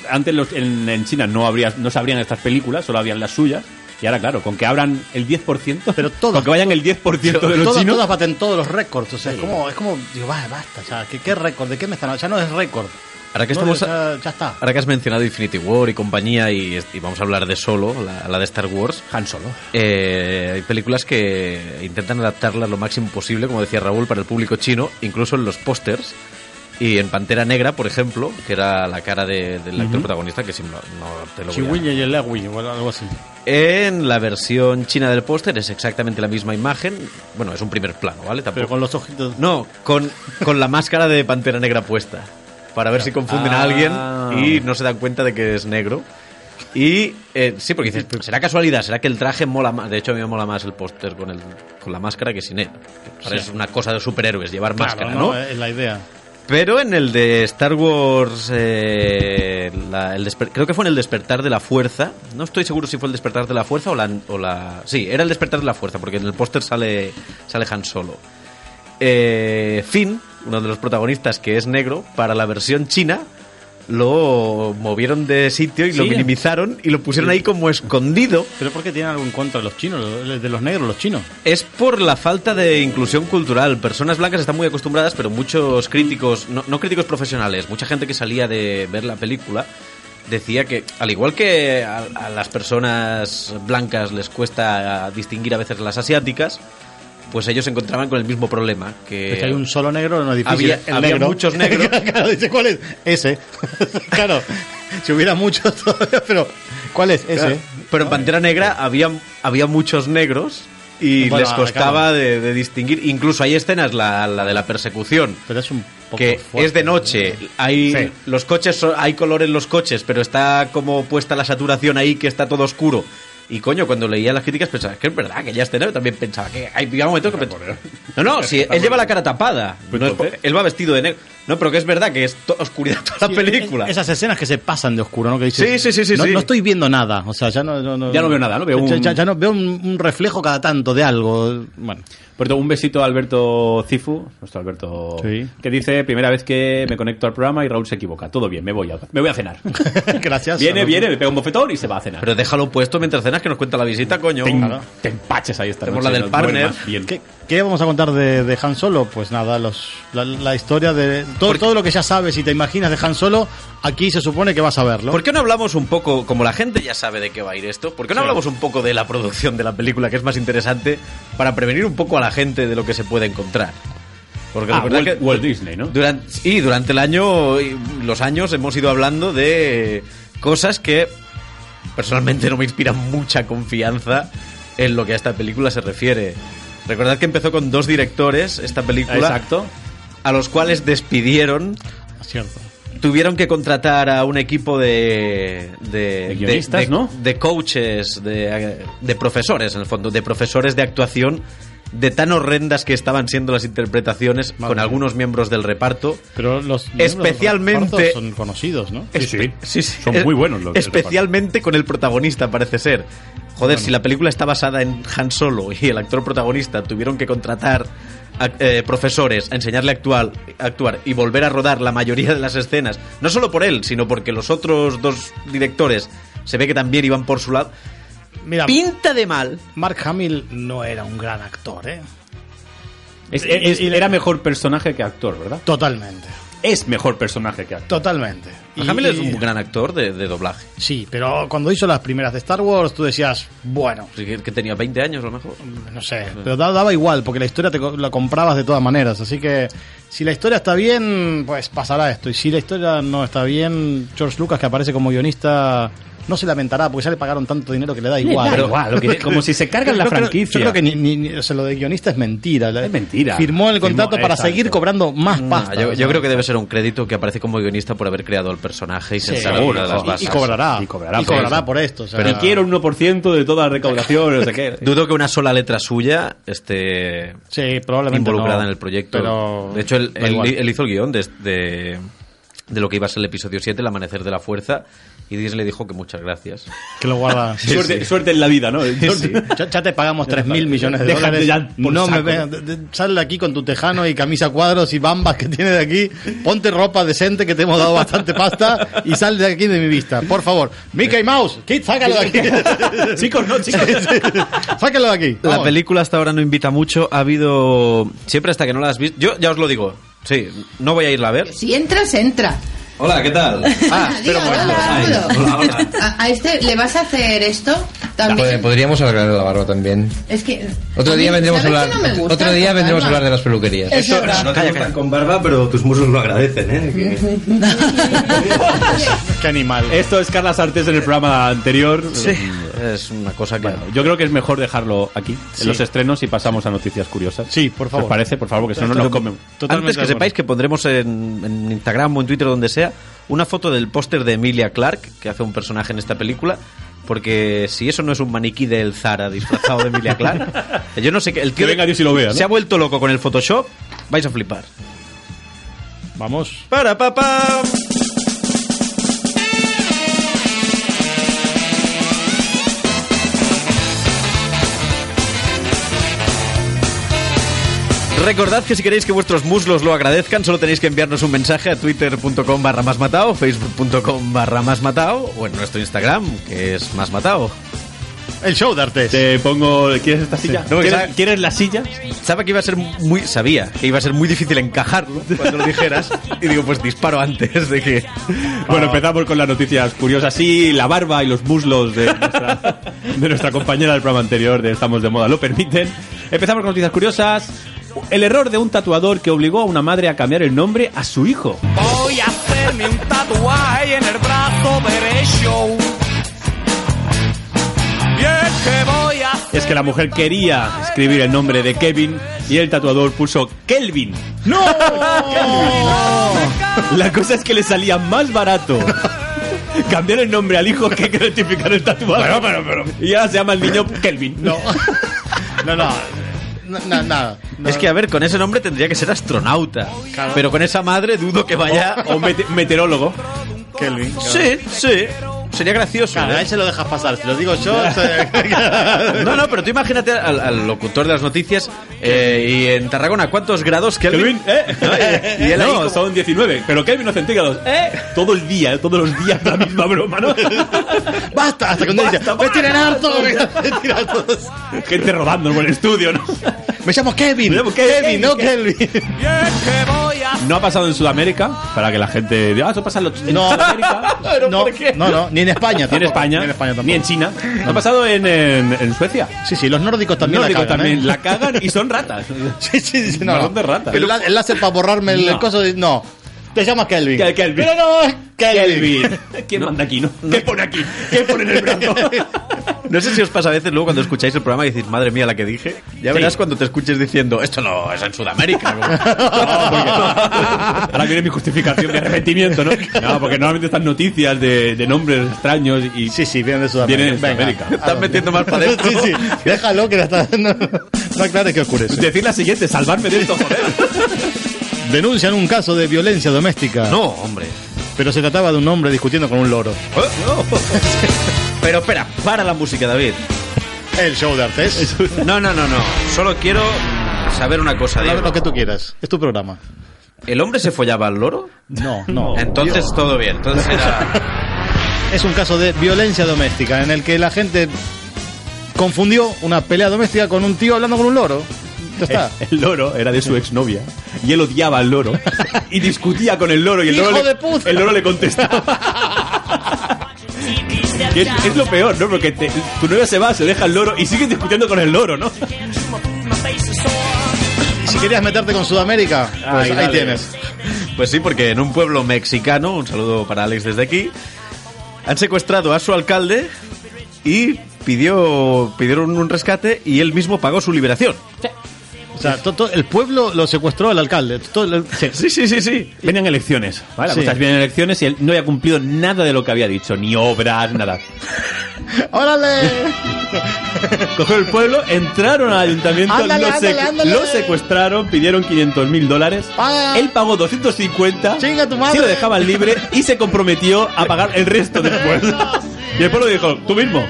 [SPEAKER 1] antes los- en, en China no habría, no se abrían estas películas, solo habían las suyas. Y ahora, claro, con que abran el 10%,
[SPEAKER 2] Pero todas.
[SPEAKER 1] con que vayan el 10% de los
[SPEAKER 2] todas,
[SPEAKER 1] chinos,
[SPEAKER 2] todas baten todos los récords. O sea, es como, es como, digo, va, basta, ya, ¿qué, qué récord? ¿De qué me están? Ya no es récord.
[SPEAKER 3] Ahora que
[SPEAKER 2] No,
[SPEAKER 3] estamos...
[SPEAKER 2] ya, ya está.
[SPEAKER 3] Ahora que has mencionado Infinity War y compañía y, y vamos a hablar de Solo, la, la de Star Wars,
[SPEAKER 1] Han Solo.
[SPEAKER 3] eh, hay películas que intentan adaptarlas lo máximo posible, como decía Raúl, para el público chino, incluso en los pósters. Y en Pantera Negra, por ejemplo, que era la cara de- del actor protagonista, que si no, no te lo voy a...
[SPEAKER 2] y el Agui, o algo así.
[SPEAKER 3] En la versión china del póster es exactamente la misma imagen. Bueno, es un primer plano, ¿vale? Tampoco...
[SPEAKER 2] Pero con los ojitos.
[SPEAKER 3] No, con, con la máscara de Pantera Negra puesta. Para ver si confunden a
[SPEAKER 2] Ah.
[SPEAKER 3] alguien y no se dan cuenta de que es negro. Y eh, sí, porque dices, ¿será casualidad? ¿Será que el traje mola más? De hecho, a mí me mola más el póster con, el, con la máscara que sin él. Ahora Es una cosa de superhéroes, llevar
[SPEAKER 2] Claro,
[SPEAKER 3] máscara,
[SPEAKER 2] Ah, ¿no?
[SPEAKER 3] ¿no?
[SPEAKER 2] Es la idea.
[SPEAKER 3] Pero en el de Star Wars, eh, la- el desper- creo que fue en el despertar de la fuerza. No estoy seguro si fue el despertar de la fuerza o la... o la- sí, era el despertar de la fuerza, porque en el póster sale, sale Han Solo. Eh, Finn, uno de los protagonistas que es negro, para la versión china lo movieron de sitio y lo
[SPEAKER 1] Sí.
[SPEAKER 3] minimizaron y lo pusieron ahí como escondido.
[SPEAKER 2] ¿Pero por qué tienen algo en contra de los chinos, de los negros, los chinos?
[SPEAKER 3] Es por la falta de inclusión cultural. Personas blancas están muy acostumbradas, pero muchos críticos, no, no críticos profesionales, mucha gente que salía de ver la película decía que, al igual que a, a las personas blancas les cuesta distinguir a veces las asiáticas, pues ellos se encontraban con el mismo problema.
[SPEAKER 2] Es
[SPEAKER 3] Que
[SPEAKER 2] que Este, hay un solo negro, no es difícil.
[SPEAKER 3] Eh, Había- había muchos negros.
[SPEAKER 2] claro, dice, ¿cuál es? Ese. claro, si hubiera muchos todavía, pero ¿cuál es? Ese.
[SPEAKER 3] Claro. Pero en Pantera Negra había, había muchos negros y
[SPEAKER 2] Bueno,
[SPEAKER 3] les costaba de, de distinguir. Incluso hay escenas, la, la de la persecución.
[SPEAKER 2] Pero es un poco
[SPEAKER 3] que
[SPEAKER 2] fuerte,
[SPEAKER 3] es de noche, hay
[SPEAKER 2] Sí.
[SPEAKER 3] los coches, son- hay color en los coches, pero está como puesta la saturación ahí que está todo oscuro. Y coño, cuando leía las críticas pensaba, es que es verdad que ya este negro también pensaba que hay había un momento que pensaba, No, no, si él lleva la cara tapada, no es po- él va vestido de negro. No, pero que es verdad que es to- oscuridad toda la
[SPEAKER 2] Sí,
[SPEAKER 3] película.
[SPEAKER 2] es- Esas escenas que se pasan de oscuro, ¿no? Que dices,
[SPEAKER 3] Sí, sí, sí, sí,
[SPEAKER 2] no,
[SPEAKER 3] sí.
[SPEAKER 2] no estoy viendo nada. O sea, ya no, no,
[SPEAKER 1] Ya no veo nada, ¿no? Veo
[SPEAKER 2] ya,
[SPEAKER 1] un-
[SPEAKER 2] ya- ya no veo un, un reflejo cada tanto de algo. Bueno.
[SPEAKER 1] Por cierto, un besito a Alberto Cifu, nuestro Alberto,
[SPEAKER 2] Sí.
[SPEAKER 1] que dice, primera vez que me conecto al programa y Raúl se equivoca. Todo bien, me voy a, me voy a cenar.
[SPEAKER 2] Gracias.
[SPEAKER 1] viene,
[SPEAKER 2] Raúl.
[SPEAKER 1] viene, me pega un bofetón y se va a cenar.
[SPEAKER 3] Pero déjalo puesto mientras cenas que nos cuenta la visita, coño.
[SPEAKER 1] te,
[SPEAKER 3] Claro.
[SPEAKER 1] te empaches ahí esta
[SPEAKER 3] Tenemos
[SPEAKER 1] noche,
[SPEAKER 3] la del
[SPEAKER 1] no duermas
[SPEAKER 3] partner.
[SPEAKER 1] bien.
[SPEAKER 2] ¿Qué, qué vamos a contar de, de Han Solo? Pues nada, los, la, la historia de todo,
[SPEAKER 3] Porque-
[SPEAKER 2] todo lo que ya sabes y te imaginas de Han Solo, aquí se supone que vas a verlo.
[SPEAKER 3] ¿Por qué no hablamos un poco, como la gente ya sabe de qué va a ir esto, por qué no hablamos un poco de la producción de la película, que es más interesante, para prevenir un poco a la gente de lo que se puede encontrar? Porque
[SPEAKER 1] Ah,
[SPEAKER 3] la verdad
[SPEAKER 1] Walt,
[SPEAKER 3] que
[SPEAKER 1] Walt Disney, ¿no?
[SPEAKER 3] durante, y durante el año, y los años, hemos ido hablando de cosas que personalmente no me inspiran mucha confianza en lo que a esta película se refiere. Recordad que empezó con dos directores esta película,
[SPEAKER 1] Exacto.
[SPEAKER 3] a los cuales despidieron
[SPEAKER 2] Cierto.
[SPEAKER 3] tuvieron que contratar a un equipo de de,
[SPEAKER 1] De guionistas,
[SPEAKER 3] de-
[SPEAKER 1] ¿no?
[SPEAKER 3] de coaches de, de profesores en el fondo de profesores de actuación de tan horrendas que estaban siendo las interpretaciones
[SPEAKER 2] Madre
[SPEAKER 3] con
[SPEAKER 2] mía.
[SPEAKER 3] algunos miembros del reparto
[SPEAKER 2] Pero los
[SPEAKER 3] Especialmente-
[SPEAKER 2] miembros de los repartos son conocidos, ¿no?
[SPEAKER 1] Sí, sí.
[SPEAKER 3] Sí, sí.
[SPEAKER 1] Son
[SPEAKER 3] Es-
[SPEAKER 1] muy buenos los del
[SPEAKER 3] Especialmente con el protagonista, parece ser. Joder, si la película está basada en Han Solo y el actor protagonista tuvieron que contratar a- eh, profesores a enseñarle a actuar, a actuar y volver a rodar la mayoría de las escenas, no solo por él, sino porque los otros dos directores se ve que también iban por su lado.
[SPEAKER 2] Mira,
[SPEAKER 3] Pinta de mal.
[SPEAKER 2] Mark Hamill no era un gran actor, ¿eh?
[SPEAKER 1] Es- es-
[SPEAKER 2] Y- y-
[SPEAKER 1] era mejor personaje que actor, ¿verdad?
[SPEAKER 2] Totalmente,
[SPEAKER 1] Es mejor personaje que actor.
[SPEAKER 2] totalmente. Y-
[SPEAKER 3] Hamill es
[SPEAKER 2] y-
[SPEAKER 3] un gran actor de, de doblaje.
[SPEAKER 2] Sí, pero cuando hizo las primeras de Star Wars, tú decías, bueno,
[SPEAKER 3] Así que, que tenía 20 años a lo mejor.
[SPEAKER 2] no sé, pero da- daba igual, porque la historia te co- la comprabas de todas maneras, así que si la historia está bien, pues pasará esto, y si la historia no está bien, George Lucas, que aparece como guionista, no se lamentará, porque ya le pagaron tanto dinero que le da igual.
[SPEAKER 1] da igual, lo que- como si se cargan la
[SPEAKER 2] Yo creo-
[SPEAKER 1] franquicia.
[SPEAKER 2] yo creo que ni, ni- ni- o sea, lo de guionista es mentira. la-
[SPEAKER 1] Es mentira.
[SPEAKER 2] Firmó el
[SPEAKER 1] Firmó-
[SPEAKER 2] contrato para
[SPEAKER 1] exacto.
[SPEAKER 2] seguir cobrando más pasta.
[SPEAKER 3] Ah, yo,
[SPEAKER 2] o
[SPEAKER 3] yo
[SPEAKER 2] sea.
[SPEAKER 3] creo que debe ser un crédito que aparece como guionista por haber creado el personaje y
[SPEAKER 2] Sí,
[SPEAKER 3] sentar
[SPEAKER 1] seguro,
[SPEAKER 3] alguna de las
[SPEAKER 1] joder.
[SPEAKER 2] y, y
[SPEAKER 3] bases.
[SPEAKER 2] cobrará.
[SPEAKER 1] Y cobrará
[SPEAKER 2] Y
[SPEAKER 1] por
[SPEAKER 2] cobrará
[SPEAKER 1] eso.
[SPEAKER 2] por esto. o
[SPEAKER 3] Ah.
[SPEAKER 2] sea.
[SPEAKER 1] Pero quiero un 1% de toda la recaudación, no sé qué.
[SPEAKER 3] Dudo que una sola letra suya esté
[SPEAKER 2] Sí, probablemente
[SPEAKER 3] involucrada
[SPEAKER 2] no,
[SPEAKER 3] en el proyecto.
[SPEAKER 2] pero
[SPEAKER 3] de hecho, él,
[SPEAKER 2] da
[SPEAKER 3] él-
[SPEAKER 2] igual.
[SPEAKER 3] él hizo el guión de, de, de lo que iba a ser el episodio 7, El Amanecer de la Fuerza, y Disney le dijo que muchas gracias.
[SPEAKER 2] que lo guarda.
[SPEAKER 1] suerte, suerte en la vida, ¿no?
[SPEAKER 2] Ya, ya te pagamos 3 mil millones de
[SPEAKER 1] Déjate
[SPEAKER 2] dólares.
[SPEAKER 1] ya por
[SPEAKER 2] no
[SPEAKER 1] saco.
[SPEAKER 2] me veas. De- de- Sal de aquí con tu tejano y camisa cuadros y bambas que tienes de aquí. Ponte ropa decente que te hemos dado bastante pasta y sal de aquí de mi vista. Por favor. Mickey Mouse, Kid, sácalo de aquí.
[SPEAKER 1] chicos, no, chicos.
[SPEAKER 2] sácalo de aquí.
[SPEAKER 3] La
[SPEAKER 2] Vamos.
[SPEAKER 3] película hasta ahora no invita mucho. Ha habido. Siempre hasta que no la has visto. Yo ya os lo digo. Sí, no voy a irla a ver.
[SPEAKER 5] Si entras, entra.
[SPEAKER 3] Hola, ¿qué tal? Ah, espero
[SPEAKER 5] Digo,
[SPEAKER 3] muertos.
[SPEAKER 5] hola,
[SPEAKER 3] Ay,
[SPEAKER 5] Arturo.
[SPEAKER 3] hola, hola.
[SPEAKER 5] A, a este le vas a hacer esto también.
[SPEAKER 8] Pues, Podríamos hablar de la barba también.
[SPEAKER 5] Es que.
[SPEAKER 8] Otro
[SPEAKER 5] a mí,
[SPEAKER 8] día vendremos a
[SPEAKER 5] ¿sabes
[SPEAKER 8] hablar.
[SPEAKER 5] que no me gusta
[SPEAKER 8] otro día
[SPEAKER 5] tu
[SPEAKER 8] vendremos a
[SPEAKER 5] barba?
[SPEAKER 8] hablar de las peluquerías.
[SPEAKER 5] Es verdad.
[SPEAKER 3] No te gustan
[SPEAKER 9] con barba, pero tus muslos lo agradecen, ¿eh?
[SPEAKER 2] Qué animal.
[SPEAKER 1] Esto es Carlas Artes en el programa anterior.
[SPEAKER 3] Es una cosa que.
[SPEAKER 1] Bueno, yo creo que es mejor dejarlo aquí, en los estrenos, y pasamos a noticias curiosas.
[SPEAKER 2] Sí, por favor.
[SPEAKER 1] ¿Os parece? Por favor, que si no, no nos comemos.
[SPEAKER 2] Totalmente de
[SPEAKER 3] Antes que
[SPEAKER 2] acuerdo.
[SPEAKER 3] sepáis que pondremos en, en Instagram o en Twitter donde sea una foto del póster de Emilia Clark que hace un personaje en esta película. Porque si eso no es un maniquí del Zara disfrazado de Emilia Clark, yo no sé qué. El tío
[SPEAKER 1] Que venga Dios y lo vea, ¿no?
[SPEAKER 3] Se ha vuelto loco con el Photoshop, vais a flipar.
[SPEAKER 2] Vamos.
[SPEAKER 3] Para papá. Recordad que si queréis que vuestros muslos lo agradezcan, solo tenéis que enviarnos un mensaje a twitter.com barra más matao, facebook.com barra más matao o en nuestro Instagram, que es más matao.
[SPEAKER 2] El show de arte.
[SPEAKER 1] Te pongo. ¿Quieres esta silla?
[SPEAKER 3] No,
[SPEAKER 1] ¿Quieres,
[SPEAKER 3] esa-
[SPEAKER 1] quieres la silla?
[SPEAKER 3] Sabía que iba a ser muy, sabía que iba a ser muy difícil encajarlo cuando lo dijeras y digo, pues disparo antes de que...
[SPEAKER 1] Bueno, empezamos con las noticias curiosas. Sí, la barba y los muslos de nuestra, de nuestra compañera del programa anterior de Estamos de Moda lo permiten. Empezamos con noticias curiosas. El error de un tatuador que obligó a una madre a cambiar el nombre a su hijo.
[SPEAKER 9] Voy a hacerme un tatuaje en el brazo derecho. Bien que voy a...
[SPEAKER 1] Es que la mujer quería escribir el nombre de Kevin y el tatuador puso Kelvin. ¡No! La cosa es que le salía más barato cambiar el nombre al hijo que rectificar el tatuaje. Y ahora se llama el niño Kelvin.
[SPEAKER 2] No. no, no. No, no, nada. No.
[SPEAKER 3] Es que, a ver, con ese nombre tendría que ser astronauta.
[SPEAKER 2] Oh,
[SPEAKER 3] Pero con esa madre dudo que vaya...
[SPEAKER 1] O mete- meteorólogo.
[SPEAKER 2] Kelvin.
[SPEAKER 3] Sí, sí. sería gracioso.
[SPEAKER 2] Claro,
[SPEAKER 3] ¿eh?
[SPEAKER 2] a él se lo dejas pasar, si lo digo yo. se-
[SPEAKER 3] No, no, pero tú imagínate al, al locutor de las noticias eh, y en Tarragona, ¿cuántos grados Kelvin?
[SPEAKER 1] Kelvin, ¿eh?
[SPEAKER 3] ¿No? Y, y él
[SPEAKER 1] no,
[SPEAKER 3] ahí como-
[SPEAKER 1] son 19, pero Kelvin no centígrados. ¿Eh? Todo el día, todos los días la misma broma, ¿no?
[SPEAKER 2] Basta, hasta cuando dice, me tienen harto, me tienen harto.
[SPEAKER 1] Gente rodando por el estudio, ¿no?
[SPEAKER 2] Me llamo Kevin.
[SPEAKER 1] Me llamo Kevin,
[SPEAKER 2] no Kelvin.
[SPEAKER 9] Y es que voy a
[SPEAKER 1] No ha pasado en Sudamérica, para que la gente diga, ah, eso pasa en, los- en
[SPEAKER 2] No.
[SPEAKER 1] Sudamérica.
[SPEAKER 2] No, no, no, ni en España.
[SPEAKER 1] Ni en
[SPEAKER 2] tampoco,
[SPEAKER 1] España,
[SPEAKER 2] Ni en España
[SPEAKER 1] ni
[SPEAKER 2] tampoco.
[SPEAKER 1] en China. No ha pasado en, en- en Suecia.
[SPEAKER 2] Sí, sí, los nórdicos
[SPEAKER 1] Los
[SPEAKER 2] también
[SPEAKER 1] nórdicos
[SPEAKER 2] la cagan,
[SPEAKER 1] también
[SPEAKER 2] ¿eh?
[SPEAKER 1] la cagan y son ratas.
[SPEAKER 2] Sí, sí, sí, no.
[SPEAKER 1] No, son de ratas.
[SPEAKER 2] El, la- el láser para borrarme el
[SPEAKER 1] No.
[SPEAKER 2] coso de- No. Te llamas Kelvin.
[SPEAKER 1] Kel- Kelvin.
[SPEAKER 2] Pero no, es Kelvin.
[SPEAKER 1] Kelvin. ¿Quién manda aquí, no? ¿Qué pone aquí? ¿Qué pone en el brazo?
[SPEAKER 3] No sé si os pasa a veces luego cuando escucháis el programa y decís, madre mía, la que dije. Ya verás cuando te escuches diciendo, esto no es en Sudamérica.
[SPEAKER 1] Ahora viene mi justificación, mi arrepentimiento, ¿no? No, porque normalmente están noticias de, de nombres extraños y...
[SPEAKER 2] Sí, sí, vienen de Sudamérica.
[SPEAKER 1] Vienen de
[SPEAKER 2] Venga.
[SPEAKER 1] Sudamérica.
[SPEAKER 2] ¿A
[SPEAKER 3] Estás
[SPEAKER 2] dónde?
[SPEAKER 3] metiendo más para dentro.
[SPEAKER 2] Sí, sí. Déjalo que la está... No, no aclares que oscurece.
[SPEAKER 1] Decir la siguiente, salvarme de esto, joder.
[SPEAKER 2] Denuncian un caso de violencia doméstica.
[SPEAKER 3] No, hombre.
[SPEAKER 2] Pero se trataba de un hombre discutiendo con un loro.
[SPEAKER 3] ¿Eh? Pero espera, para la música, David.
[SPEAKER 2] El show de artes.
[SPEAKER 3] No, no, no, no. Solo quiero saber una cosa,
[SPEAKER 2] Haz Lo
[SPEAKER 3] Diego.
[SPEAKER 2] que tú quieras. Es tu programa.
[SPEAKER 3] ¿El hombre se follaba al loro?
[SPEAKER 2] No, no.
[SPEAKER 3] Entonces todo bien. Entonces era...
[SPEAKER 2] Es un caso de violencia doméstica en el que la gente confundió una pelea doméstica con un tío hablando con un loro. Ya está.
[SPEAKER 1] El loro era de su exnovia y él odiaba al loro y discutía con el loro y el
[SPEAKER 2] ¡Hijo
[SPEAKER 1] loro, le,
[SPEAKER 2] de puta!
[SPEAKER 1] el loro le contestaba. Que es, es lo peor, ¿no? Porque te- tu novia se va, se deja el loro y sigues discutiendo con el loro, ¿no?
[SPEAKER 3] Pues
[SPEAKER 1] eh.
[SPEAKER 2] Si querías meterte con Sudamérica, pues
[SPEAKER 3] Ay,
[SPEAKER 2] ahí
[SPEAKER 3] dale.
[SPEAKER 2] tienes.
[SPEAKER 3] Pues sí, porque en un pueblo mexicano, un saludo para Alex desde aquí, han secuestrado a su alcalde y pidió pidieron un rescate y él mismo pagó su liberación.
[SPEAKER 2] O sea, to- to- el pueblo lo secuestró al alcalde. Todo el- sí.
[SPEAKER 3] Sí, sí, sí, sí.
[SPEAKER 1] Venían elecciones, ¿vale? Las
[SPEAKER 2] Sí.
[SPEAKER 1] cosas vienen elecciones y él no había cumplido nada de lo que había dicho, ni obras, nada.
[SPEAKER 2] ¡Órale!
[SPEAKER 1] Cogió el pueblo, entraron al ayuntamiento,
[SPEAKER 2] Ándale,
[SPEAKER 1] lo,
[SPEAKER 2] ándale, ándale.
[SPEAKER 1] lo secuestraron, pidieron 500 mil dólares.
[SPEAKER 2] Paga.
[SPEAKER 1] Él pagó 250.
[SPEAKER 2] Chinga tu madre.
[SPEAKER 1] Sí, lo dejaban libre y se comprometió a pagar el resto del pueblo. Y el pueblo dijo: Tú mismo,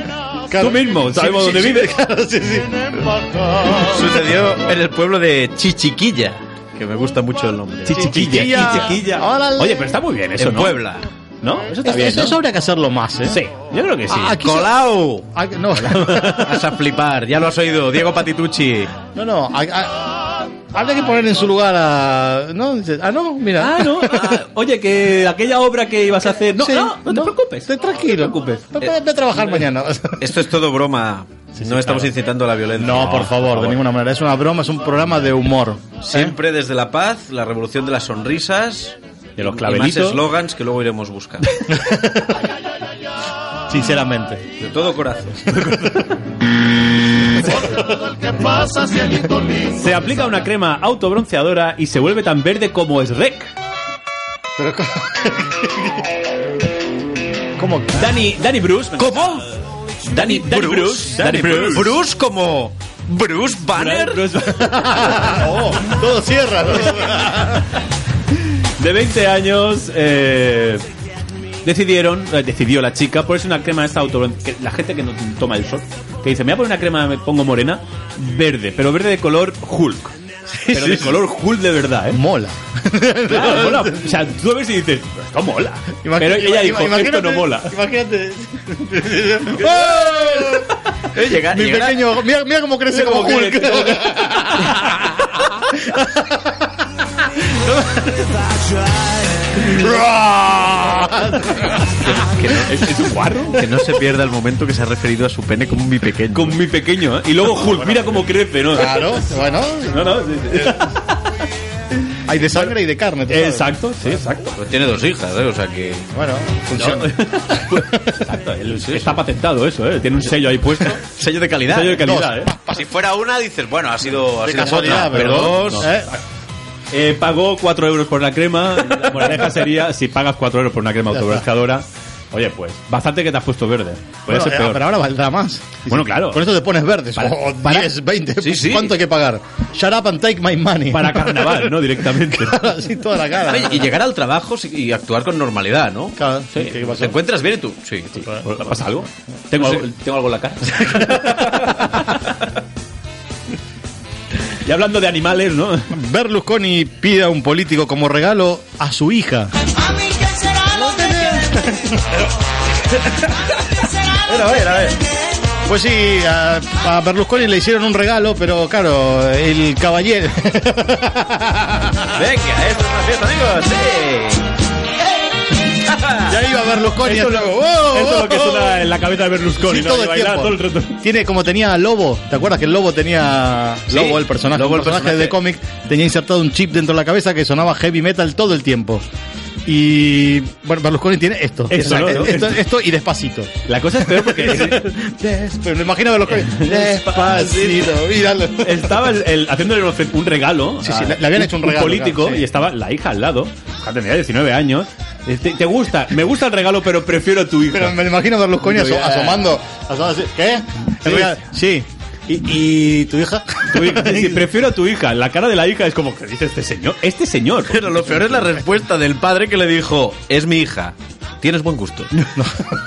[SPEAKER 2] Claro.
[SPEAKER 1] tú mismo, sabemos
[SPEAKER 2] Sí, sí,
[SPEAKER 1] dónde
[SPEAKER 2] sí,
[SPEAKER 1] vives.
[SPEAKER 2] claro, sí, sí.
[SPEAKER 3] Sucedió en el pueblo de Chichiquilla, que me gusta mucho el nombre.
[SPEAKER 1] Chichiquilla, chichiquilla.
[SPEAKER 2] Órale.
[SPEAKER 1] Oye, pero está muy bien eso,
[SPEAKER 3] en
[SPEAKER 1] ¿no?
[SPEAKER 3] Puebla.
[SPEAKER 1] ¿No? Eso está
[SPEAKER 2] Eso,
[SPEAKER 1] bien.
[SPEAKER 2] eso
[SPEAKER 1] ¿no?
[SPEAKER 2] habría que hacerlo más, ¿eh?
[SPEAKER 1] Sí, yo creo que sí.
[SPEAKER 2] Ah, aquí se-
[SPEAKER 3] Colau.
[SPEAKER 2] Ah, no.
[SPEAKER 3] Vas a flipar, ya lo has oído, Diego Patitucci.
[SPEAKER 2] No, no. a- a- habría que poner en su lugar a. No, dices, ah, no, mira.
[SPEAKER 1] Ah, no. ah, oye, que aquella obra que ibas a hacer. No,
[SPEAKER 2] Sí,
[SPEAKER 1] no, no te
[SPEAKER 2] no,
[SPEAKER 1] preocupes.
[SPEAKER 2] Estoy
[SPEAKER 1] No
[SPEAKER 2] tranquilo.
[SPEAKER 1] te preocupes. Eh,
[SPEAKER 2] Voy a- voy a trabajar mañana.
[SPEAKER 3] Esto es todo broma. no estamos incitando a la violencia.
[SPEAKER 2] No, por favor, de ninguna manera. Es una broma, es un programa de humor.
[SPEAKER 3] Siempre desde la paz, la revolución de las sonrisas
[SPEAKER 1] De los
[SPEAKER 3] y
[SPEAKER 1] clavelitos.
[SPEAKER 3] más eslogans que luego iremos buscando.
[SPEAKER 2] Sinceramente.
[SPEAKER 3] De todo corazón.
[SPEAKER 1] Se aplica una crema autobronceadora y se vuelve tan verde como es Rec.
[SPEAKER 2] Pero ¿cómo? ¿Cómo?
[SPEAKER 1] Danny, Danny Bruce. ¿Cómo? Danny, Danny Bruce. Danny Bruce.
[SPEAKER 3] Bruce como Bruce Banner.
[SPEAKER 1] Bruce-
[SPEAKER 2] Oh, todo cierra. ¿no?
[SPEAKER 1] De 20 años. eh, Decidieron, eh, decidió la chica ponerse una crema esta autobron- que La gente que no toma el sol, que dice, me voy a poner una crema, me pongo morena, verde, pero verde de color Hulk. Pero de color Hulk de verdad, ¿eh?
[SPEAKER 2] Mola.
[SPEAKER 1] Claro, mola. O sea, tú lo ves y dices, esto mola.
[SPEAKER 2] Imagina-
[SPEAKER 1] Pero ella
[SPEAKER 2] ima-
[SPEAKER 1] dijo, esto
[SPEAKER 2] imagínate-
[SPEAKER 1] no mola.
[SPEAKER 2] Imagínate.
[SPEAKER 3] Eh, llega-
[SPEAKER 2] Mi
[SPEAKER 3] llegará-
[SPEAKER 2] pequeño. Mira, mira cómo crece como Hulk.
[SPEAKER 1] ¿Es, es un guarro?
[SPEAKER 3] Que no se pierda el momento que se ha referido a su pene como mi pequeño.
[SPEAKER 1] Con mi pequeño, ¿eh? Y luego Hulk, mira cómo crece, ¿no?
[SPEAKER 2] Claro, bueno.
[SPEAKER 1] No, no, sí, sí.
[SPEAKER 2] Hay de sangre y de carne. tú sabes.
[SPEAKER 1] Eh, Exacto, sí, exacto.
[SPEAKER 3] Pero tiene dos hijas, ¿eh? o sea que.
[SPEAKER 2] Bueno, funciona.
[SPEAKER 1] Exacto, él- está patentado eso, ¿eh? Tiene un sello ahí puesto. Un
[SPEAKER 3] Sello de calidad.
[SPEAKER 1] sello de calidad,
[SPEAKER 2] dos.
[SPEAKER 1] ¿eh?
[SPEAKER 3] Si fuera una, dices, bueno, ha sido, ha
[SPEAKER 2] De
[SPEAKER 3] sido
[SPEAKER 2] casualidad,
[SPEAKER 3] otra, pero
[SPEAKER 2] ¿verdad?
[SPEAKER 3] dos.
[SPEAKER 2] ¿Eh?
[SPEAKER 1] Eh, pagó 4 euros por la crema. La moraleja sería, si pagas 4 euros por una crema autobronceadora, Oye, pues, bastante que te has puesto verde. Puede
[SPEAKER 2] Bueno,
[SPEAKER 1] ser
[SPEAKER 2] eh,
[SPEAKER 1] peor.
[SPEAKER 2] Pero ahora valdrá más.
[SPEAKER 1] Bueno, claro.
[SPEAKER 2] Con eso te pones verdes.
[SPEAKER 1] Para-
[SPEAKER 2] o
[SPEAKER 1] para-
[SPEAKER 2] 10, 20.
[SPEAKER 1] Sí, sí.
[SPEAKER 2] ¿Cuánto hay que pagar? Shut up and take my money.
[SPEAKER 1] Para carnaval, ¿no? Directamente.
[SPEAKER 2] Así toda la cara.
[SPEAKER 3] Oye, Ah, Y llegar al trabajo sí, y actuar con normalidad, ¿no?
[SPEAKER 2] Claro,
[SPEAKER 3] Sí.
[SPEAKER 2] ¿qué pasó?
[SPEAKER 3] ¿Te encuentras bien y tú? Sí.
[SPEAKER 1] ¿Pasa algo? ¿Tengo, algo, ¿Tengo algo en la cara? y hablando de animales, ¿no?
[SPEAKER 2] Berlusconi pide a un político como regalo a su hija.
[SPEAKER 3] Bueno, a ver, a ver.
[SPEAKER 2] Pues sí, a, a Berlusconi le hicieron un regalo, pero claro, el caballero.
[SPEAKER 3] Venga, esto es una fiesta, amigos. Sí.
[SPEAKER 2] ya iba Berlusconi.
[SPEAKER 1] Esto Ah. es lo-
[SPEAKER 2] hasta- ¡Oh,
[SPEAKER 1] esto es lo que
[SPEAKER 2] oh, oh!
[SPEAKER 1] suena en la cabeza de Berlusconi,
[SPEAKER 2] Sí,
[SPEAKER 1] ¿no?
[SPEAKER 2] todo
[SPEAKER 1] Y
[SPEAKER 2] el
[SPEAKER 1] bailar
[SPEAKER 2] tiempo.
[SPEAKER 1] todo el rato.
[SPEAKER 2] Tiene como tenía a Lobo, ¿te acuerdas que el Lobo tenía
[SPEAKER 3] Sí,
[SPEAKER 2] Lobo el personaje,
[SPEAKER 3] Lobo,
[SPEAKER 2] un
[SPEAKER 3] el
[SPEAKER 2] personaje, de cómic tenía insertado un chip dentro de la cabeza que sonaba heavy metal todo el tiempo. Y bueno, Berlusconi tiene esto.
[SPEAKER 1] Eso, ¿no?
[SPEAKER 2] esto, esto- esto y despacito.
[SPEAKER 1] La cosa es peor porque
[SPEAKER 2] Pero me imagino a Berlusconi despacito, míralo.
[SPEAKER 1] estaba el, el- haciéndole un- un regalo.
[SPEAKER 2] Sí,
[SPEAKER 1] a
[SPEAKER 2] sí, le- le habían hecho un regalo,
[SPEAKER 1] político
[SPEAKER 2] claro, sí.
[SPEAKER 1] y estaba la hija al lado. Hija Tenía 19 años. Eh, ¿Te, te gusta? Me gusta el regalo, pero prefiero a tu hija.
[SPEAKER 2] Pero me imagino a Berlusconi aso-
[SPEAKER 1] Bien.
[SPEAKER 2] asomando, asomando así, ¿Qué? En realidad, Sí. ¿Y, y tu hija?
[SPEAKER 1] Tu hija, sí, sí, prefiero a tu hija. La cara de la hija es como que dice este señor. Este señor.
[SPEAKER 3] Pero lo peor es la respuesta del padre que le dijo, es mi hija. Tienes buen gusto.